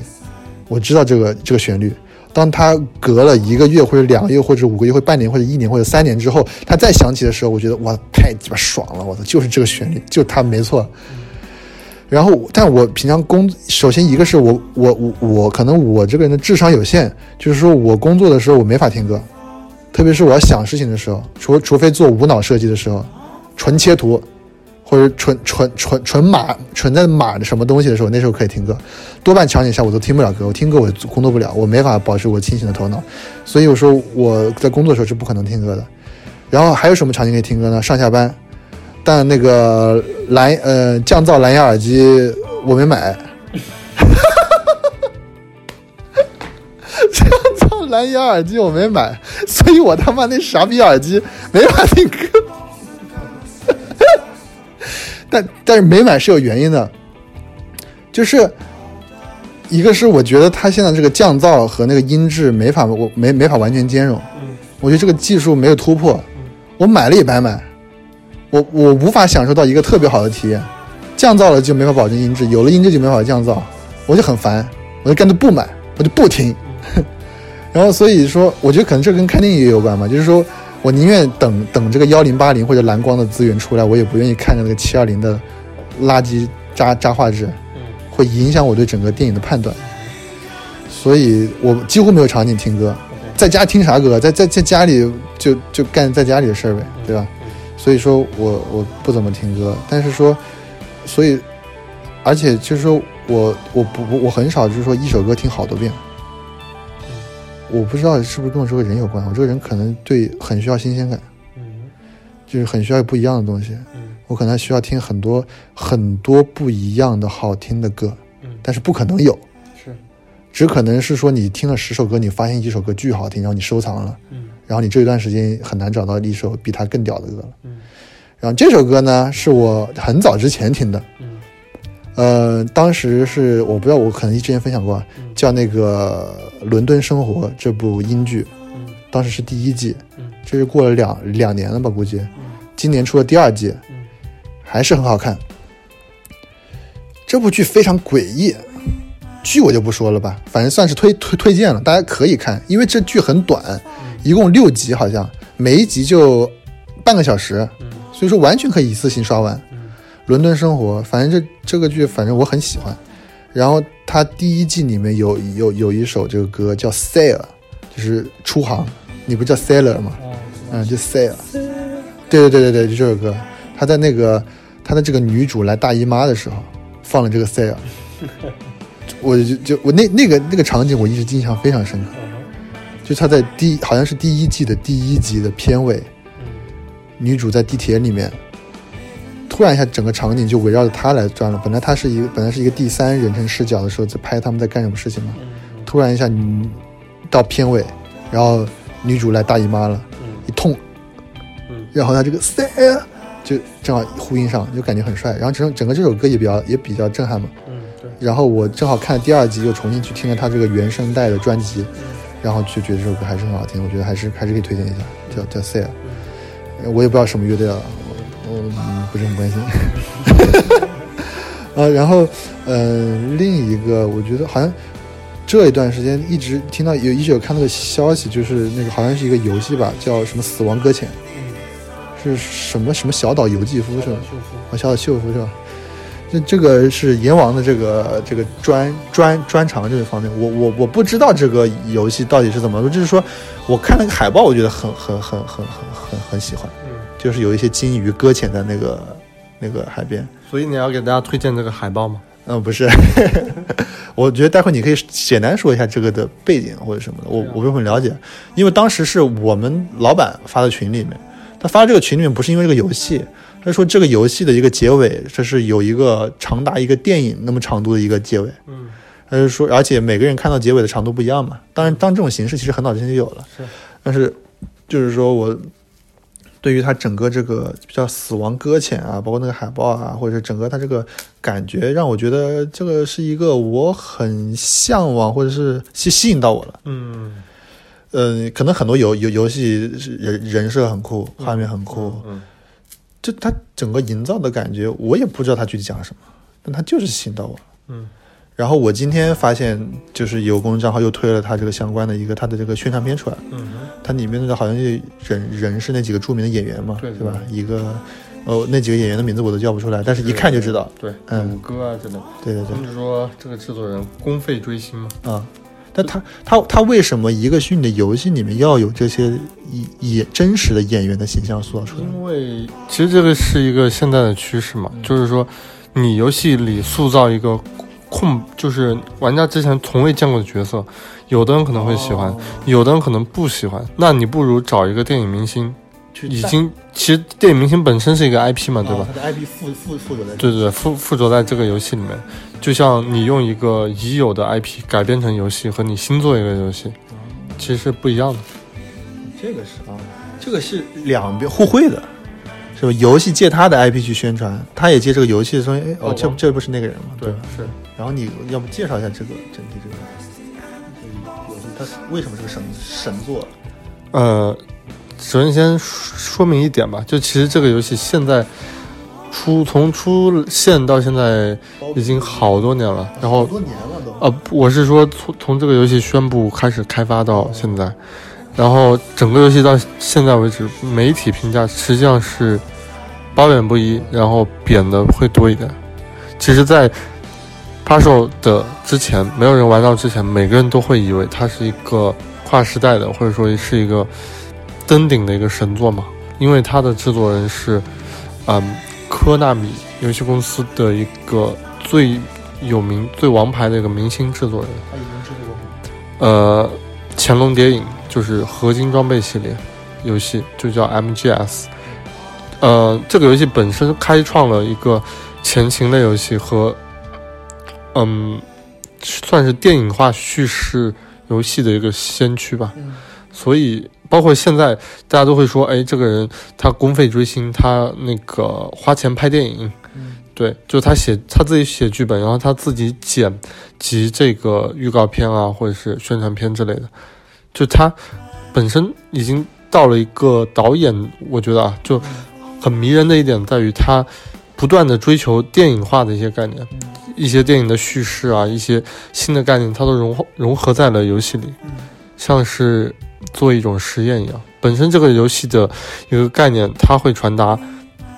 [SPEAKER 1] 我知道这个这个旋律，当它隔了一个月或者两个月或者五个月或者半年或者一年或者三年之后，它再响起的时候，我觉得哇太鸡巴爽了！我操，就是这个旋律，就它没错。然后，但我平常工，首先一个是我我我我可能我这个人的智商有限，就是说我工作的时候我没法听歌，特别是我要想事情的时候，除除非做无脑设计的时候，纯切图，或者纯纯纯纯码纯在码什么东西的时候，那时候可以听歌。多半场景下我都听不了歌，我听歌我工作不了，我没法保持我清醒的头脑，所以有时候我在工作的时候是不可能听歌的。然后还有什么场景可以听歌呢？上下班，但那个蓝呃降噪蓝牙耳机我没买。 降噪蓝牙耳机我没买，所以我他妈那傻逼耳机没法听歌。但但是没买是有原因的，就是一个是我觉得它现在这个降噪和那个音质没法我没没法完全兼容，我觉得这个技术没有突破，我买了也白买，我我无法享受到一个特别好的体验，降噪了就没法保证音质，有了音质就没法降噪，我就很烦，我就干脆不买，我就不听。 然后所以说，我觉得可能这跟看电影也有关吧，就是说我宁愿等等这个幺零八零或者蓝光的资源出来，我也不愿意看着那个七二零的垃圾渣渣画质，会影响我对整个电影的判断。所以我几乎没有场景听歌，在家听啥歌？在在在家里就就干在家里的事儿呗，对吧？所以说我我不怎么听歌，但是说，所以而且就是说我我不我我很少就是说一首歌听好多遍。我不知道是不是跟我这个人有关，我这个人可能对很需要新鲜感，
[SPEAKER 2] 嗯
[SPEAKER 1] 就是很需要不一样的东西。我可能还需要听很多很多不一样的好听的歌，但是不可能有，
[SPEAKER 2] 嗯是，
[SPEAKER 1] 只可能是说你听了十首歌，你发现一首歌巨好听，然后你收藏了，
[SPEAKER 2] 嗯
[SPEAKER 1] 然后你这一段时间很难找到一首比它更屌的歌了。
[SPEAKER 2] 嗯
[SPEAKER 1] 然后这首歌呢，是我很早之前听的，
[SPEAKER 2] 嗯
[SPEAKER 1] 呃，当时是我不知道，我可能之前分享过啊，
[SPEAKER 2] 嗯
[SPEAKER 1] 叫那个《伦敦生活》这部英剧，
[SPEAKER 2] 嗯
[SPEAKER 1] 当时是第一季
[SPEAKER 2] 嗯，
[SPEAKER 1] 这是过了两两年了吧？估计，今年出了第二季
[SPEAKER 2] 嗯，
[SPEAKER 1] 还是很好看。这部剧非常诡异，剧我就不说了吧，反正算是推推推荐了，大家可以看，因为这剧很短，一共六集好像，每一集就半个小时，所以说完全可以一次性刷完。伦敦生活，反正这这个剧，反正我很喜欢。然后它第一季里面有有有一首这个歌叫《Sail》，就是出航，你不叫 Sailor 吗？嗯，就 Sail。对对对对对，就这首歌，他在那个他的这个女主来大姨妈的时候放了这个 Sail，我就就我那那个那个场景我一直印象非常深刻，就他在第好像是第一季的第一集的片尾，女主在地铁里面。突然一下，整个场景就围绕着她来转了。本来她是一个，本来是一个第三人称视角的时候，在拍他们在干什么事情嘛。突然一下，你到片尾，然后女主来大姨妈了，一痛，然后她这个塞就正好呼应上，就感觉很帅。然后整整个这首歌也比较也比较震撼嘛。
[SPEAKER 2] 嗯，对，
[SPEAKER 1] 然后我正好看第二集，又重新去听了他这个原声带的专辑，
[SPEAKER 2] 嗯
[SPEAKER 1] 然后就觉得这首歌还是很好听，我觉得还是还是可以推荐一下，
[SPEAKER 2] 嗯
[SPEAKER 1] 叫叫 Say。我也不知道什么乐队了，我我嗯不是很关 心。呃，然后呃，另一个我觉得好像这一段时间一直听到有一直有看到个消息，就是那个好像是一个游戏吧，叫什么《死亡搁浅》，是什么什么小岛由纪夫是吧？
[SPEAKER 2] 秀夫，
[SPEAKER 1] 我小小秀夫是吧？这这个是阎王的这个这个专专专长这个方面，我我我不知道这个游戏到底是怎么，就是说我看那个海报，我觉得很很很很很很很喜欢，就是有一些金鱼搁浅在那个那个海边，
[SPEAKER 2] 所以你要给大家推荐这个海报吗？
[SPEAKER 1] 嗯，不是， 我觉得待会你可以简单说一下这个的背景或者什么的，我
[SPEAKER 2] 啊
[SPEAKER 1] 我不是很了解，因为当时是我们老板发到群里面，他发到这个群里面不是因为这个游戏，他说这个游戏的一个结尾，这是有一个长达一个电影那么长度的一个结尾，
[SPEAKER 2] 嗯，
[SPEAKER 1] 他就说，而且每个人看到结尾的长度不一样嘛，当然，当这种形式其实很早之前就有了，
[SPEAKER 2] 是，
[SPEAKER 1] 但是就是说我对于它整个这个叫死亡搁浅啊，包括那个海报啊，或者整个它这个感觉，让我觉得这个是一个我很向往，或者是吸吸引到我了。
[SPEAKER 2] 嗯
[SPEAKER 1] 嗯，可能很多游游游戏是人人设很酷，画面很酷，
[SPEAKER 2] 嗯
[SPEAKER 1] 就它整个营造的感觉，我也不知道它具体讲什么，但它就是吸引到我了。
[SPEAKER 2] 嗯，
[SPEAKER 1] 然后我今天发现，就是有公众账号又推了它这个相关的一个它的这个宣传片出来，
[SPEAKER 2] 嗯，
[SPEAKER 1] 它里面的好像就人人是那几个著名的演员嘛，
[SPEAKER 2] 对
[SPEAKER 1] 对吧？一个哦，那几个演员的名字我都叫不出来，但是一看就知道，
[SPEAKER 2] 对，
[SPEAKER 1] 嗯
[SPEAKER 2] 谷歌啊之类的，
[SPEAKER 1] 对对对
[SPEAKER 2] 他，们就说这个制作人公费追星嘛，
[SPEAKER 1] 啊、但他他他为什么一个虚拟的游戏里面要有这些以以真实的演员的形象塑造出来？
[SPEAKER 2] 嗯因为其实这个是一个现在的趋势嘛，就是说你游戏里塑造一个空，就是玩家之前从未见过的角色，有的人可能会喜欢，有的人可能不喜欢。那你不如找一个电影明星，已经其实电影明星本身是一个 IP 嘛，对吧？
[SPEAKER 1] 啊的 IP 附附附着在
[SPEAKER 2] 对对对，附附着在这个游戏里面，就像你用一个已有的 IP 改编成游戏和你新做一个游戏，其实是不一样的。
[SPEAKER 1] 这个是啊，这个是两边互惠的，是吧？游戏借他的 IP 去宣传，他也借这个游戏说，哎，哦，这
[SPEAKER 2] 哦
[SPEAKER 1] 这不是那个人吗？对吧。
[SPEAKER 2] 是。
[SPEAKER 1] 然后你要不介绍一下这个整体这个，嗯，游戏它是为什么是个神神作？
[SPEAKER 2] 呃，首先先说明一点吧，就其实这个游戏现在出从出现到现在已经好多年了，然后
[SPEAKER 1] 多年了，
[SPEAKER 2] 呃，我是说从从这个游戏宣布开始开发到现在，然后整个游戏到现在为止，媒体评价实际上是褒贬不一，然后贬的会多一点。其实，在发售的之前，没有人玩到之前，每个人都会以为它是一个跨时代的，或者说是一个登顶的一个神作嘛，因为它的制作人是嗯科纳米游戏公司的一个最有名、最王牌的一个明星制作人。
[SPEAKER 1] 他已经制作过
[SPEAKER 2] 呃，《潜龙谍影》就是合金装备系列游戏，就叫 MGS。呃，这个游戏本身开创了一个前情类游戏和嗯，算是电影化叙事游戏的一个先驱吧。
[SPEAKER 1] 嗯
[SPEAKER 2] 所以，包括现在大家都会说，哎，这个人他公费追星，他那个花钱拍电影。
[SPEAKER 1] 嗯
[SPEAKER 2] 对，就他写他自己写剧本，然后他自己剪及这个预告片啊，或者是宣传片之类的。就他本身已经到了一个导演，我觉得啊，就很迷人的一点在于他不断的追求电影化的一些概念，一些电影的叙事啊，一些新的概念，他都融合融合在了游戏里，像是做一种实验一样。本身这个游戏的一个概念，它会传达。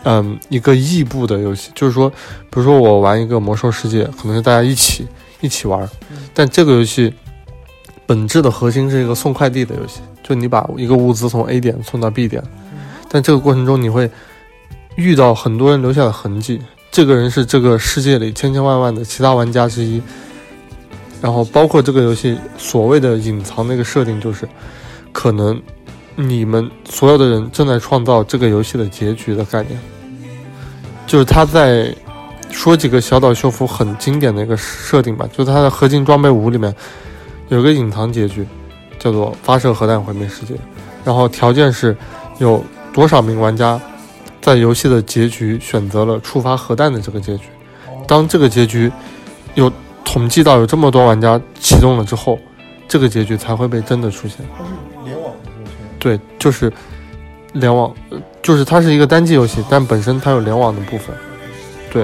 [SPEAKER 2] 嗯，一个异步的游戏，就是说，比如说我玩一个魔兽世界，可能是大家一起一起玩，但这个游戏本质的核心是一个送快递的游戏，就你把一个物资从 A 点送到 B 点，但这个过程中你会遇到很多人留下的痕迹，这个人是这个世界里千千万万的其他玩家之一，然后包括这个游戏所谓的隐藏那个设定，就是可能你们所有的人正在创造这个游戏的结局的概念，就是他在说几个小岛秀夫很经典的一个设定吧，就是他的合金装备五里面有一个隐藏结局，叫做发射核弹毁灭世界，然后条件是有多少名玩家在游戏的结局选择了触发核弹的这个结局，当这个结局有统计到有这么多玩家启动了之后，这个结局才会被真的出现。
[SPEAKER 1] 哦联网的这个
[SPEAKER 2] 对，就是联网，呃就是它是一个单机游戏，但本身它有联网的部分。对，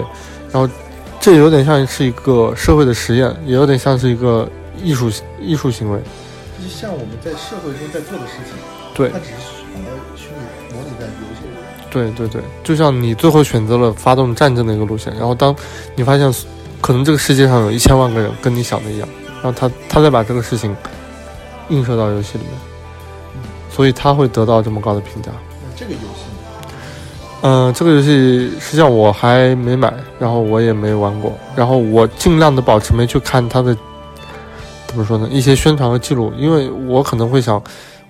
[SPEAKER 2] 然后这有点像是一个社会的实验，也有点像是一个艺术艺术行为。
[SPEAKER 1] 就像我们在社会中在做的事情，
[SPEAKER 2] 对
[SPEAKER 1] 它只是把它虚拟模拟在游戏里。
[SPEAKER 2] 对对对，就像你最后选择了发动战争的一个路线，然后当你发现可能这个世界上有一千万个人跟你想的一样，然后他他再把这个事情映射到游戏里面，所以他会得到这么高的评价。
[SPEAKER 1] 那这个游戏呢，
[SPEAKER 2] 嗯，这个游戏实际上我还没买，然后我也没玩过，然后我尽量的保持没去看它的，怎么说呢？一些宣传和记录，因为我可能会想，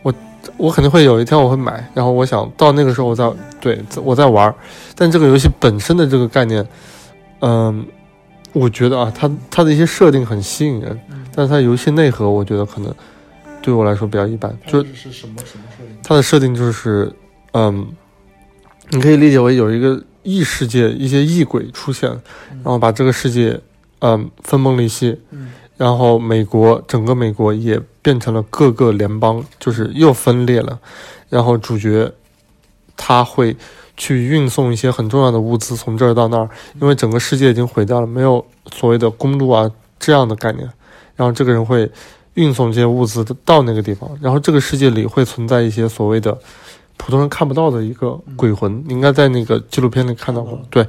[SPEAKER 2] 我我可能会有一天我会买，然后我想到那个时候我再对我再玩儿，但这个游戏本身的这个概念，嗯，我觉得啊，它它的一些设定很吸引人，但是它游戏内核我觉得可能对我来说比较一般，就是
[SPEAKER 1] 它是什么什么设定？
[SPEAKER 2] 它的设定就是，嗯，你可以理解为有一个异世界，一些异鬼出现，然后把这个世界，嗯，分崩离析，
[SPEAKER 1] 嗯
[SPEAKER 2] 然后美国整个美国也变成了各个联邦，就是又分裂了，然后主角他会去运送一些很重要的物资从这儿到那儿，因为整个世界已经毁掉了，没有所谓的公路啊这样的概念，然后这个人会运送这些物资到那个地方，然后这个世界里会存在一些所谓的普通人看不到的一个鬼魂，你应该在那个纪录片里看到过，对。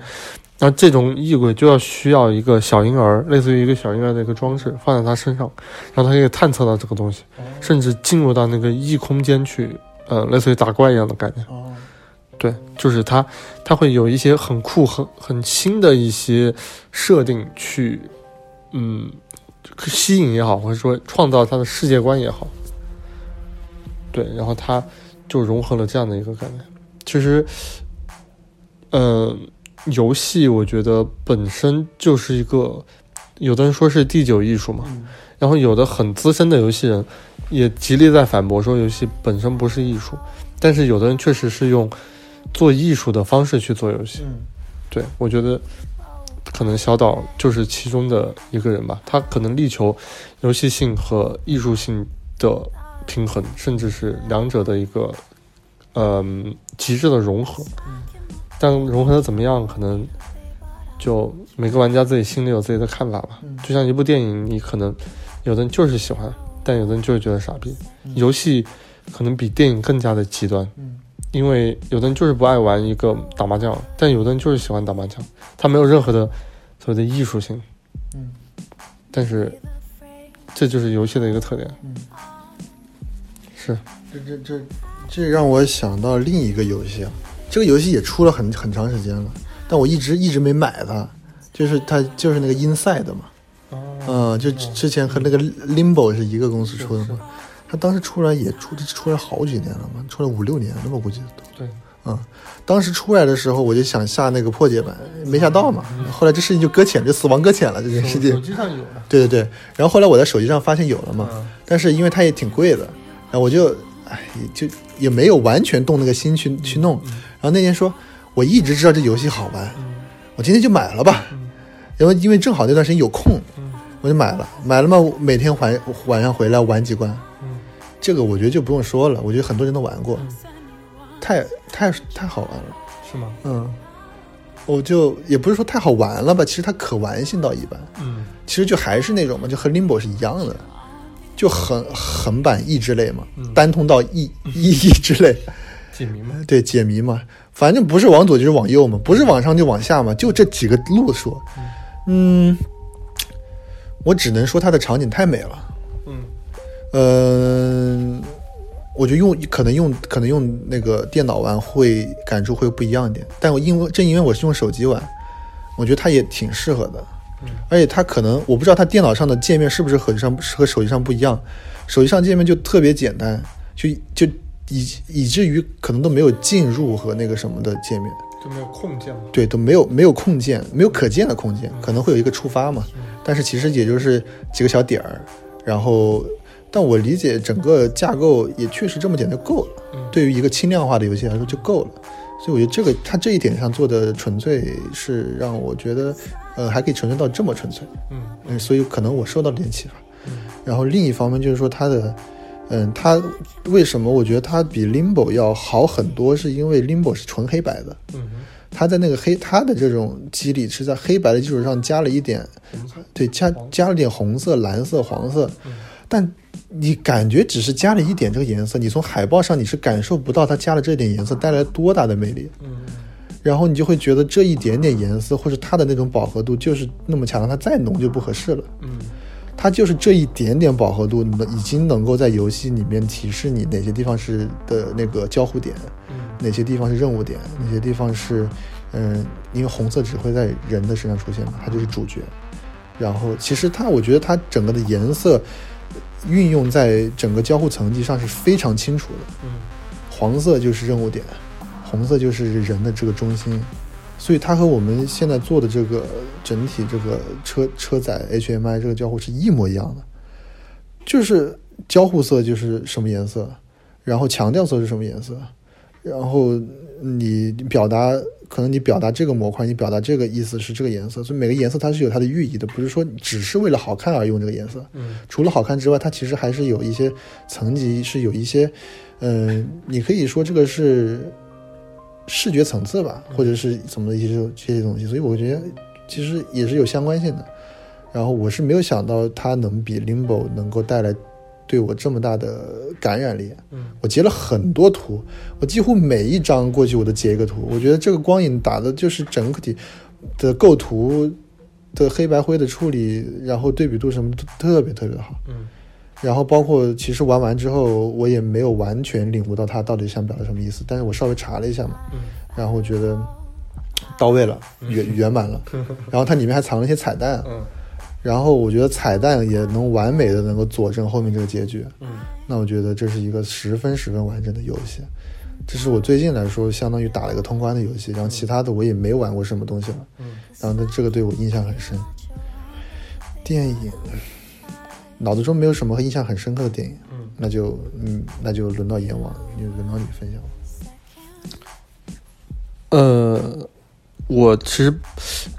[SPEAKER 2] 然后这种异鬼就要需要一个小婴儿，类似于一个小婴儿的一个装置放在他身上，然后他可以探测到这个东西，
[SPEAKER 1] 嗯
[SPEAKER 2] 甚至进入到那个异空间去，呃，类似于打怪一样的概念。
[SPEAKER 1] 哦，
[SPEAKER 2] 对，就是它，它会有一些很酷、很很新的一些设定去，嗯，吸引也好，或者说创造它的世界观也好，对，然后它就融合了这样的一个概念。其实，呃，游戏我觉得本身就是一个，有的人说是第九艺术嘛，
[SPEAKER 1] 嗯
[SPEAKER 2] 然后有的很资深的游戏人也极力在反驳说游戏本身不是艺术，但是有的人确实是用做艺术的方式去做游戏。
[SPEAKER 1] 嗯
[SPEAKER 2] 对我觉得，可能小岛就是其中的一个人吧，他可能力求游戏性和艺术性的平衡，甚至是两者的一个嗯、极致的融合。但融合的怎么样，可能就每个玩家自己心里有自己的看法吧。
[SPEAKER 1] 嗯
[SPEAKER 2] 就像一部电影，你可能有的人就是喜欢，但有的人就是觉得傻逼。游戏可能比电影更加的极端，
[SPEAKER 1] 嗯
[SPEAKER 2] 因为有的人就是不爱玩一个打麻将，但有的人就是喜欢打麻将，他没有任何的所谓的艺术性。
[SPEAKER 6] 嗯，
[SPEAKER 2] 但是这就是游戏的一个特点。
[SPEAKER 6] 嗯，
[SPEAKER 2] 是
[SPEAKER 6] 这这这
[SPEAKER 1] 这让我想到另一个游戏啊，这个游戏也出了很很长时间了，但我一直一直没买它，就是它就是那个 Inside 嘛，
[SPEAKER 2] 哦
[SPEAKER 1] 嗯，就之之前和那个 Limbo 是一个公司出的嘛，它当时出来也出出来好几年了嘛，出来五六年了吧，我估计都。
[SPEAKER 2] 对，
[SPEAKER 1] 嗯，当时出来的时候我就想下那个破解版，没下到嘛，后来这事情就搁浅，就死亡搁浅了这件事情。
[SPEAKER 2] 机上有的。
[SPEAKER 1] 对对对，然后后来我在手机上发现有了嘛，但是因为它也挺贵的，然后我就哎也就也没有完全动那个心去去弄。然后那天说，我一直知道这游戏好玩，我今天就买了吧，因为因为正好那段时间有空，我就买了，买了嘛，我每天晚晚上回来玩几关，这个我觉得就不用说了，我觉得很多人都玩过，太太太好玩了。
[SPEAKER 2] 是吗？
[SPEAKER 1] 嗯，我就也不是说太好玩了吧，其实它可玩性倒一般。
[SPEAKER 2] 嗯，
[SPEAKER 1] 其实就还是那种嘛，就和 Limbo 是一样的，就很横版益智类嘛，单通道益益益智类，
[SPEAKER 2] 解谜吗？
[SPEAKER 1] 对解谜嘛，反正不是往左就是往右嘛，不是往上就往下嘛，就这几个路数。嗯，我只能说它的场景太美了。
[SPEAKER 2] 嗯，
[SPEAKER 1] 嗯，我觉得用可能用可能用那个电脑玩会感触会不一样一点，但我因为正因为我是用手机玩，我觉得它也挺适合的。而且它可能我不知道它电脑上的界面是不是和上和手机上不一样，手机上界面就特别简单，就就以以至于可能都没有进入和那个什么的界面，
[SPEAKER 2] 就没有空间了。
[SPEAKER 1] 对，都没有没有空间，没有可见的空间，可能会有一个触发嘛，但是其实也就是几个小点儿，然后但我理解整个架构也确实这么点就够了，对于一个轻量化的游戏来说就够了。所以我觉得这个它这一点上做的纯粹是让我觉得，呃，还可以纯粹到这么纯粹，
[SPEAKER 2] 嗯
[SPEAKER 1] 嗯，所以可能我受到了点启发。然后另一方面就是说它的，嗯，它为什么我觉得它比 Limbo 要好很多，是因为 Limbo 是纯黑白的，
[SPEAKER 2] 嗯
[SPEAKER 1] 它在那个黑它的这种肌理是在黑白的基础上加了一点，对，加加了点红色、蓝色、黄色，但你感觉只是加了一点这个颜色，你从海报上你是感受不到它加了这点颜色带来多大的魅力。
[SPEAKER 2] 嗯
[SPEAKER 1] 然后你就会觉得这一点点颜色或者它的那种饱和度就是那么强，它再浓就不合适了。
[SPEAKER 2] 嗯
[SPEAKER 1] 它就是这一点点饱和度，能已经能够在游戏里面提示你哪些地方是的那个交互点，
[SPEAKER 2] 嗯
[SPEAKER 1] 哪些地方是任务点，哪些地方是，嗯，因为红色只会在人的身上出现嘛，它就是主角。然后其实它，我觉得它整个的颜色运用在整个交互层级上是非常清楚的。
[SPEAKER 2] 嗯
[SPEAKER 1] 黄色就是任务点，红色就是人的这个中心，所以它和我们现在做的这个整体这个车车载 HMI 这个交互是一模一样的，就是交互色就是什么颜色，然后强调色是什么颜色，然后你表达可能你表达这个模块，你表达这个意思是这个颜色，所以每个颜色它是有它的寓意的，不是说只是为了好看而用这个颜色。
[SPEAKER 2] 嗯
[SPEAKER 1] 除了好看之外，它其实还是有一些层级，是有一些，嗯、你可以说这个是视觉层次吧，或者是怎么的一些这些东西，所以我觉得其实也是有相关性的。然后我是没有想到它能比 Limbo 能够带来对我这么大的感染力。啊
[SPEAKER 2] 嗯，
[SPEAKER 1] 我截了很多图，我几乎每一张过去我都截一个图。我觉得这个光影打的就是整体的构图的黑白灰的处理，然后对比度什么都特别特别好。
[SPEAKER 2] 嗯
[SPEAKER 1] 然后包括其实玩完之后，我也没有完全领悟到他到底想表达什么意思，但是我稍微查了一下嘛，
[SPEAKER 2] 嗯
[SPEAKER 1] 然后我觉得到位了，圆圆满 了。然后它里面还藏了一些彩蛋，啊
[SPEAKER 2] 嗯
[SPEAKER 1] 然后我觉得彩蛋也能完美的能够佐证后面这个结局。
[SPEAKER 2] 嗯
[SPEAKER 1] 那我觉得这是一个十分十分完整的游戏，这是我最近来说相当于打了一个通关的游戏，然后其他的我也没玩过什么东西了，
[SPEAKER 2] 嗯
[SPEAKER 1] 然后那这个对我印象很深。电影，脑子中没有什么印象很深刻的电影，
[SPEAKER 2] 嗯
[SPEAKER 1] 那就嗯，那就轮到阎王，就轮到你分享吧。
[SPEAKER 2] 呃，我其实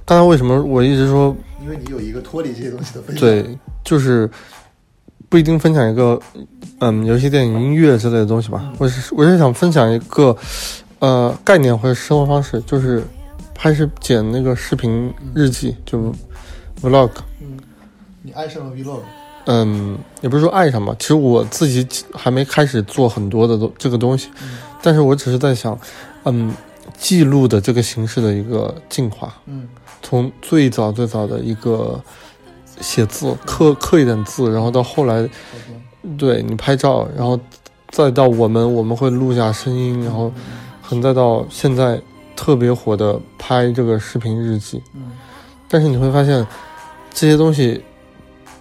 [SPEAKER 2] 刚才为什么我一直说
[SPEAKER 1] 因为你有一个脱离这些东西的分享，
[SPEAKER 2] 对，就是不一定分享一个嗯游戏、电影、音乐之类的东西吧。我是我是想分享一个呃概念或者生活方式，就是拍是剪那个视频日记，就 vlog。
[SPEAKER 6] 你爱上了 vlog，
[SPEAKER 2] 嗯，也不是说爱上吧，其实我自己还没开始做很多的东这个东西，但是我只是在想，嗯，记录的这个形式的一个进化，
[SPEAKER 6] 嗯，
[SPEAKER 2] 从最早最早的一个写字刻刻一点字，然后到后来，对你拍照，然后再到我们我们会录下声音，然后很再到现在特别火的拍这个视频日记，
[SPEAKER 6] 嗯，
[SPEAKER 2] 但是你会发现这些东西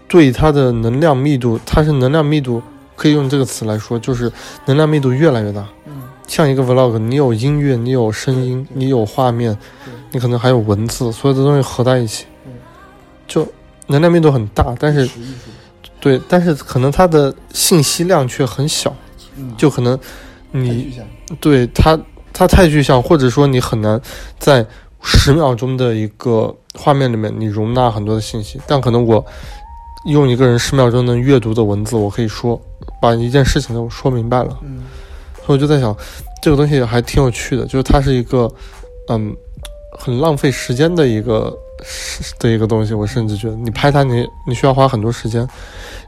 [SPEAKER 2] 对它的能量密度，它是能量密度可以用这个词来说，就是能量密度越来越大。
[SPEAKER 6] 嗯，
[SPEAKER 2] 像一个 vlog，你有音乐，你有声音，你有画面，你可能还有文字，所有的东西合在一起，就能量密度很大，但是对，但是可能它的信息量却很小，就可能
[SPEAKER 1] 嗯
[SPEAKER 2] 你对它它太具象，或者说你很难在十秒钟的一个画面里面你容纳很多的信息，但可能我用一个人十秒钟能阅读的文字，我可以说把一件事情都说明白了。
[SPEAKER 6] 嗯
[SPEAKER 2] 所以我就在想，这个东西还挺有趣的，就是它是一个，嗯，很浪费时间的一个是的一个东西。我甚至觉得，你拍它你，你需要花很多时间，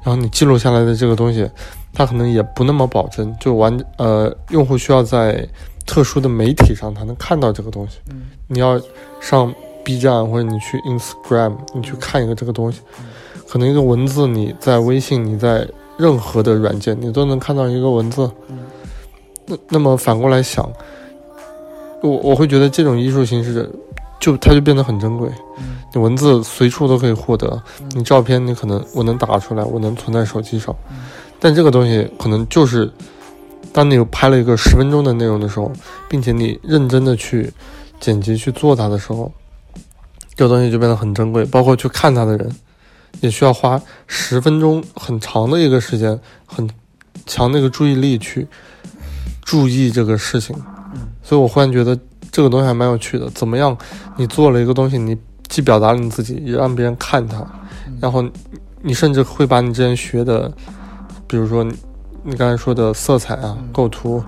[SPEAKER 2] 然后你记录下来的这个东西，它可能也不那么保真，就完呃，用户需要在特殊的媒体上才能看到这个东西。
[SPEAKER 6] 嗯
[SPEAKER 2] 你要上 B 站或者你去 Instagram，你去看一个这个东西，可能一个文字你在微信你在任何的软件你都能看到一个文字。那那么反过来想，我我会觉得这种艺术形式就它就变得很珍贵。
[SPEAKER 1] 嗯
[SPEAKER 2] 你文字随处都可以获得，你照片你可能我能打出来，我能存在手机上，但这个东西可能就是。当你拍了一个十分钟的内容的时候，并且你认真的去剪辑去做它的时候，这个东西就变得很珍贵。包括去看它的人，也需要花十分钟很长的一个时间，很强的一个注意力去注意这个事情。所以我忽然觉得这个东西还蛮有趣的。怎么样，你做了一个东西，你既表达了你自己，也让别人看它，然后你甚至会把你之前学的，比如说你你刚才说的色彩啊、构图、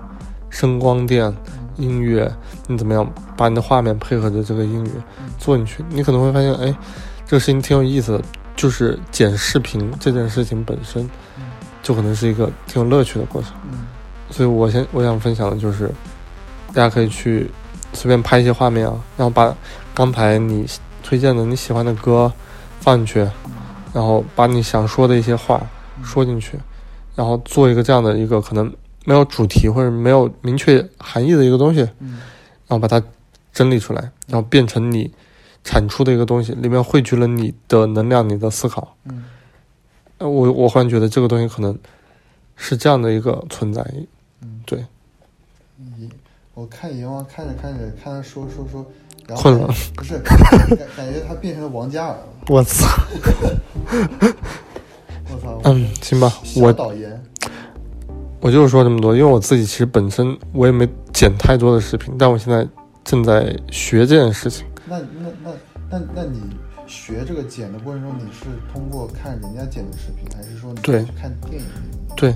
[SPEAKER 2] 声光电、音乐，你怎么样把你的画面配合着这个音乐做进去？你可能会发现，哎，这个事情挺有意思的，就是剪视频这件事情本身，就可能是一个挺有乐趣的过程。
[SPEAKER 1] 嗯
[SPEAKER 2] 所以我先我想分享的就是，大家可以去随便拍一些画面啊，然后把刚才你推荐的你喜欢的歌放进去，然后把你想说的一些话说进去，然后做一个这样的一个可能没有主题或者没有明确含义的一个东西，然后把它整理出来，然后变成你产出的一个东西，里面汇聚了你的能量、你的思考。
[SPEAKER 6] 嗯
[SPEAKER 2] 呃，我我忽然觉得这个东西可能是这样的一个存在，对，
[SPEAKER 6] 我看阎王看着看着，看他说说说，然后
[SPEAKER 2] 困了，
[SPEAKER 6] 不是感感觉他变成了王嘉尔了，
[SPEAKER 2] 我操，
[SPEAKER 6] 我操，
[SPEAKER 2] 嗯，行吧，
[SPEAKER 6] 小
[SPEAKER 2] 我
[SPEAKER 6] 导演，
[SPEAKER 2] 我就是说这么多，因为我自己其实本身我也没剪太多的视频，但我现在正在学这件事情。
[SPEAKER 6] 那那那那那你学这个剪的过程中，你是通过看人家剪的视频，还是说你
[SPEAKER 2] 对
[SPEAKER 6] 去看电影？
[SPEAKER 2] 对，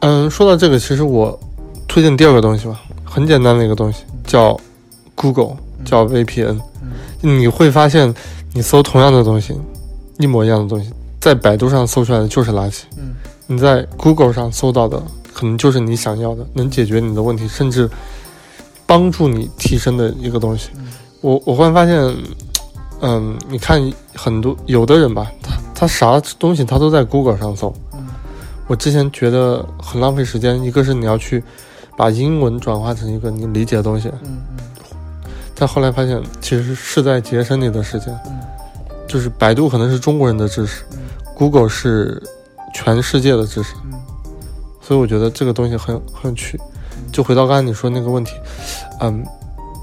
[SPEAKER 2] 嗯，说到这个，其实我推荐第二个东西吧，很简单的一个东西，叫 Google，叫 VPN。你会发现，你搜同样的东西，一模一样的东西，在百度上搜出来的就是垃圾，
[SPEAKER 6] 嗯
[SPEAKER 2] 你在 Google 上搜到的可能就是你想要的，能解决你的问题，甚至帮助你提升的一个东西。
[SPEAKER 6] 嗯
[SPEAKER 2] 我我忽然发现，嗯，你看很多有的人吧，他他啥东西他都在 Google 上搜。我之前觉得很浪费时间，一个是你要去把英文转化成一个你理解的东西，
[SPEAKER 6] 嗯嗯
[SPEAKER 2] 但后来发现其实是在节省你的时间。
[SPEAKER 6] 嗯
[SPEAKER 2] 就是百度可能是中国人的知识
[SPEAKER 6] 嗯
[SPEAKER 2] ，Google 是全世界的知识，
[SPEAKER 6] 嗯
[SPEAKER 2] 所以我觉得这个东西很很有趣。就回到刚才你说那个问题，嗯，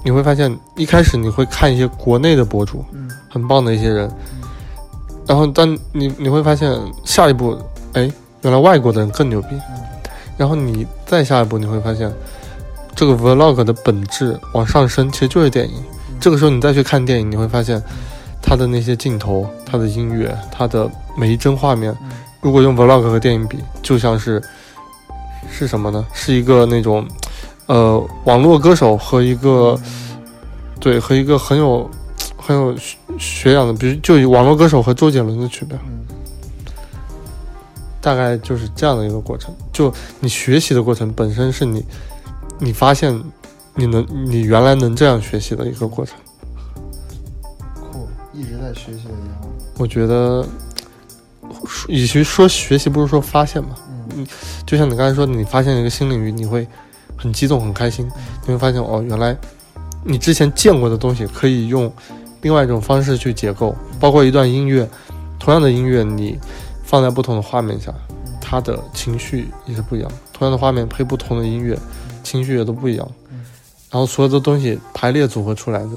[SPEAKER 2] 你会发现一开始你会看一些国内的博主，
[SPEAKER 6] 嗯
[SPEAKER 2] 很棒的一些人，然后当你你会发现下一步，哎，原来外国的人更牛逼，然后你再下一步你会发现，这个 vlog 的本质往上升其实就是电影。这个时候你再去看电影，你会发现它的那些镜头、它的音乐、它的每一帧画面，如果用 vlog 和电影比，就像是是什么呢？是一个那种呃网络歌手和一个对，和一个很有很有学学养的，比如就以网络歌手和周杰伦的区别，大概就是这样的一个过程。就你学习的过程本身是你你发现你能你原来能这样学习的一个过程。
[SPEAKER 1] 酷，一直在学习的一样。
[SPEAKER 2] 我觉得，与其说学习，不如说发现吧。嗯，就像你刚才说，你发现一个新领域，你会很激动、很开心，你会发现哦，原来你之前见过的东西可以用另外一种方式去解构，包括一段音乐，同样的音乐，你放在不同的画面下，它的情绪也是不一样。同样的画面配不同的音乐，情绪也都不一样。然后所有的东西排列组合出来的，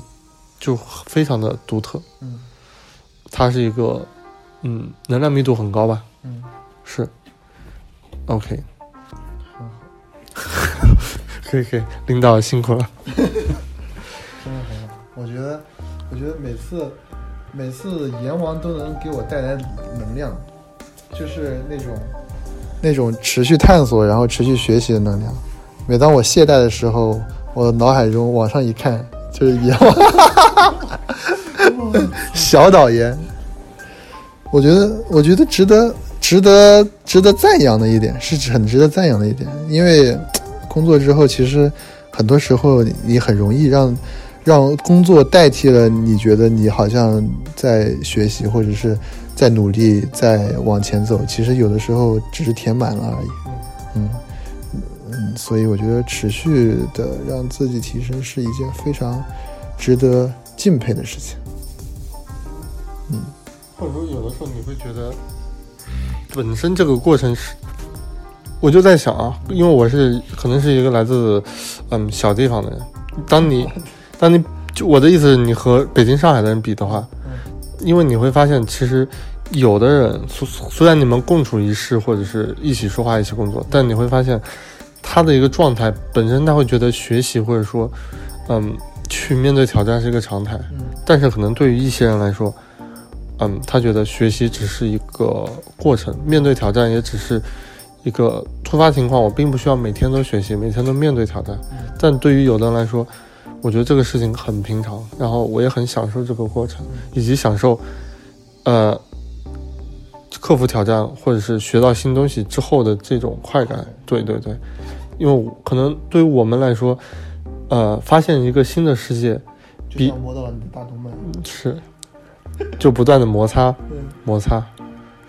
[SPEAKER 2] 就非常的独特。它是一个，嗯，能量密度很高吧？嗯，是。OK，可以可以，领导辛苦了。
[SPEAKER 1] 我觉得，我觉得每次每次阎王都能给我带来能量，就是那种那种持续探索，然后持续学习的能量。每当我懈怠的时候，我的脑海中往上一看，就是阎王， 小导演。我觉得，我觉得值得，值得，值得赞扬的一点是很值得赞扬的一点，因为工作之后，其实很多时候你很容易让让工作代替了你觉得你好像在学习或者是在努力在往前走，其实有的时候只是填满了而已。嗯嗯，所以我觉得持续的让自己提升是一件非常值得敬佩的事情。
[SPEAKER 2] 或者说，有的时候你会觉得，本身这个过程是，我就在想啊，因为我是可能是一个来自嗯小地方的人，当你当你就我的意思，是你和北京、上海的人比的话，因为你会发现，其实有的人虽虽然你们共处一室或者是一起说话、一起工作，但你会发现他的一个状态本身，他会觉得学习或者说嗯去面对挑战是一个常态，
[SPEAKER 1] 嗯
[SPEAKER 2] 但是可能对于一些人来说。嗯，他觉得学习只是一个过程，面对挑战也只是一个突发情况，我并不需要每天都学习，每天都面对挑战。但对于有的人来说，我觉得这个事情很平常，然后我也很享受这个过程，以及享受，呃，克服挑战或者是学到新东西之后的这种快感。对对对，因为我可能对于我们来说，呃，发现一个新的世界
[SPEAKER 1] 就
[SPEAKER 2] 比
[SPEAKER 1] 像摸到了你的大动脉。
[SPEAKER 2] 是，就不断的摩擦
[SPEAKER 1] 嗯，
[SPEAKER 2] 摩擦，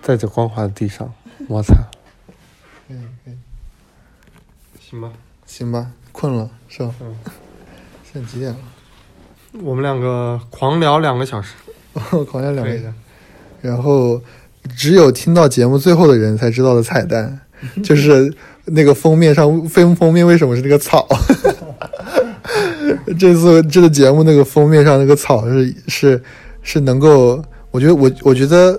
[SPEAKER 2] 在这光滑的地上摩擦，
[SPEAKER 1] 嗯，嗯
[SPEAKER 2] 行吧？
[SPEAKER 1] 行吧，困了是吧？
[SPEAKER 2] 嗯
[SPEAKER 1] 现在几点了？
[SPEAKER 2] 我们两个狂聊两个小时，
[SPEAKER 1] 我狂聊两个
[SPEAKER 2] 对
[SPEAKER 1] 人。然后只有听到节目最后的人才知道的彩蛋，就是那个封面上封封面为什么是那个草？ 这次这个节目那个封面上那个草是是是能够，我觉得我我觉得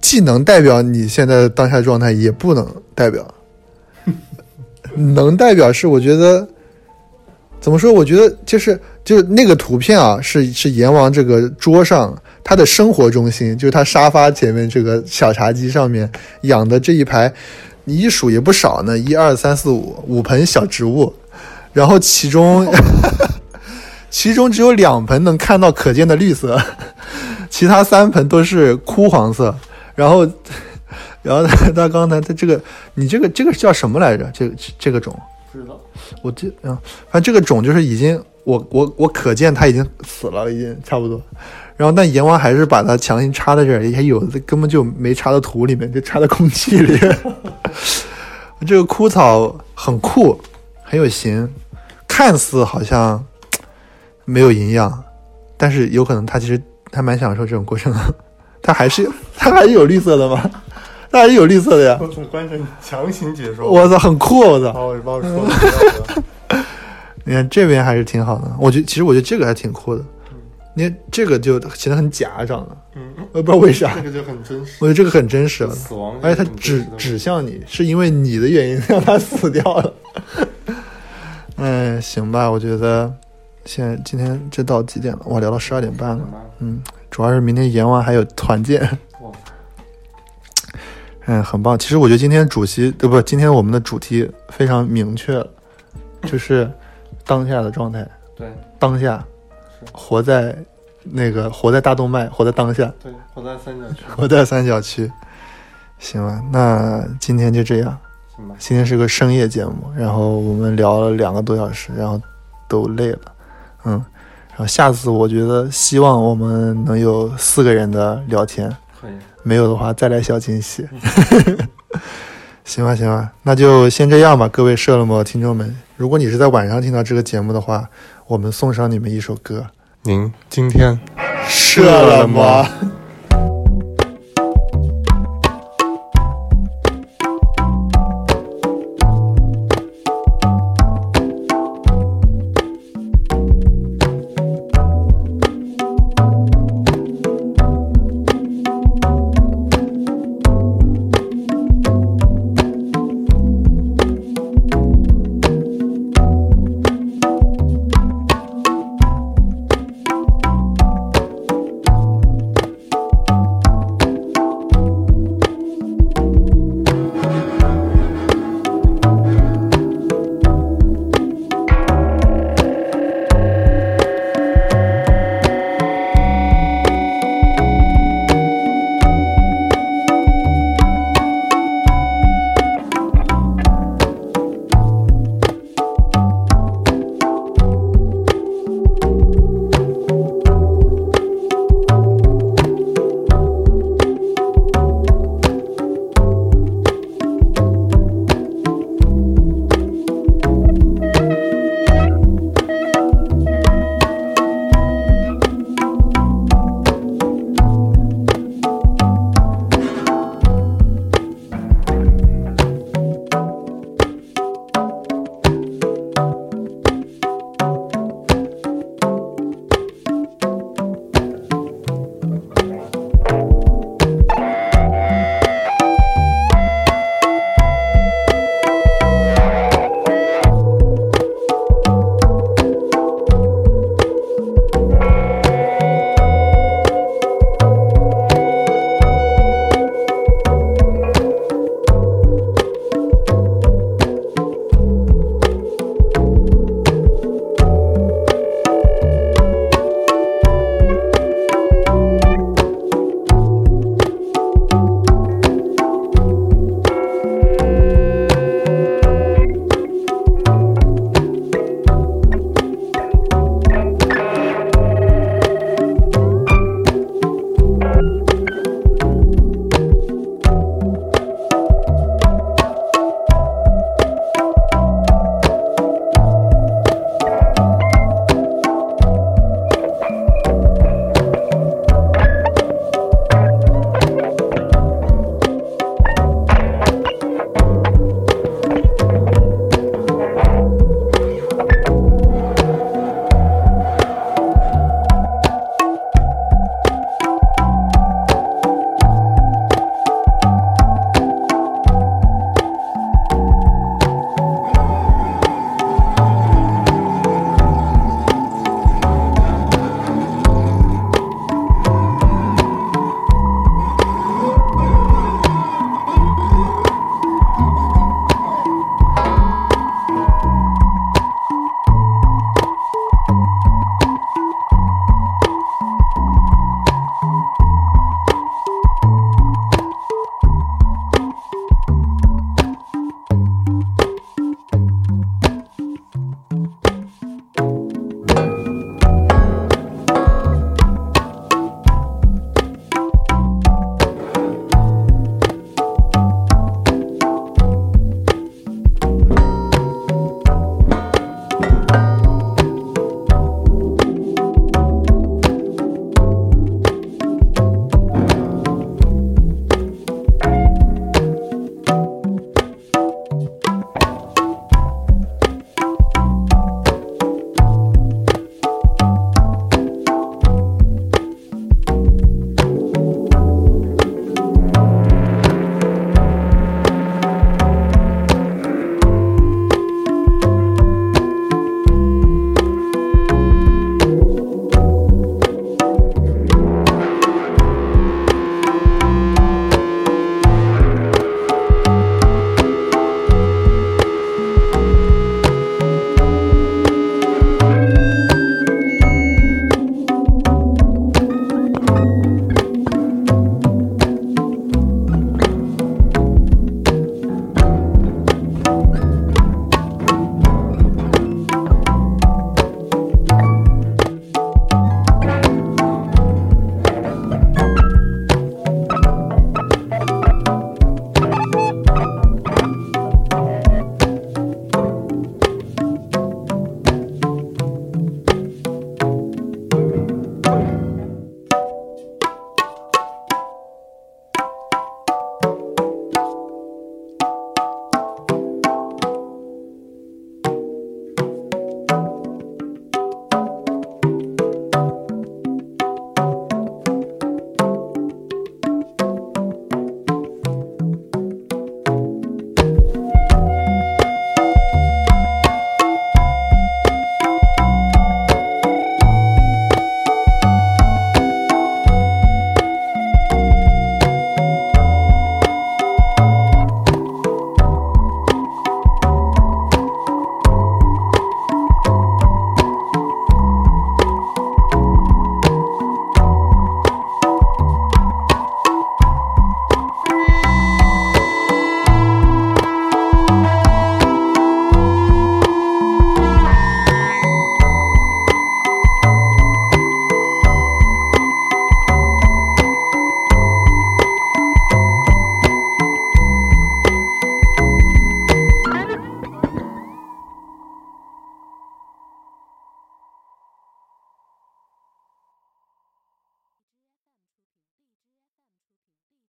[SPEAKER 1] 既能代表你现在当下状态，也不能代表。 能代表是我觉得怎么说？我觉得就是就是那个图片啊，是是阎王这个桌上他的生活中心，就是他沙发前面这个小茶几上面养的这一排，你一数也不少呢，一二三四五五盆小植物，然后其中其中只有两盆能看到可见的绿色，其他三盆都是枯黄色，然后。然后他他刚才他这个，你这个这个叫什么来着？这个这个种，
[SPEAKER 2] 不知道，
[SPEAKER 1] 我这啊，反正这个种就是已经，我我我可见它已经死了，已经差不多。然后但阎王还是把它强行插在这儿，也有的根本就没插到土里面，就插到空气里。 这个枯草很酷，很有型，看似好像没有营养，但是有可能他其实他蛮享受这种过程的。他还是他还是有绿色的吗？他还是有绿色的呀！
[SPEAKER 2] 我操，关键强行解说，
[SPEAKER 1] 我操，很酷！我操
[SPEAKER 2] 把，我把我说的，
[SPEAKER 1] 你看这边还是挺好的，我觉得其实我觉得这个还挺酷的。你看这个就显得很假，长得
[SPEAKER 2] 嗯，
[SPEAKER 1] 我也不知道为啥，
[SPEAKER 2] 这个就很真实，
[SPEAKER 1] 我觉得这个很真实了。
[SPEAKER 2] 死亡，
[SPEAKER 1] 而且它指指向你，是因为你的原因让它死掉了。哎，行吧，我觉得现在今天这到几点了？哇，聊到十二点半了。嗯，主要是明天阎王还有团建。
[SPEAKER 2] 哇，
[SPEAKER 1] 嗯，很棒。其实我觉得今天主席，对不？今天我们的主题非常明确了，就是当下的状态，
[SPEAKER 2] 对，
[SPEAKER 1] 当下，活在那个活在大动脉，活在当下，
[SPEAKER 2] 对，活在三角区，
[SPEAKER 1] 活在三角区。行吧，那今天就这样。
[SPEAKER 2] 行吧？
[SPEAKER 1] 今天是个深夜节目，然后我们聊了两个多小时，然后都累了，嗯，然后下次我觉得希望我们能有四个人的聊天，
[SPEAKER 2] 可以，嗯
[SPEAKER 1] 没有的话再来小惊喜。 行吧，行吧，那就先这样吧，各位社了么听众们，如果你是在晚上听到这个节目的话，我们送上你们一首歌，
[SPEAKER 2] 您今天
[SPEAKER 1] 社
[SPEAKER 2] 了么？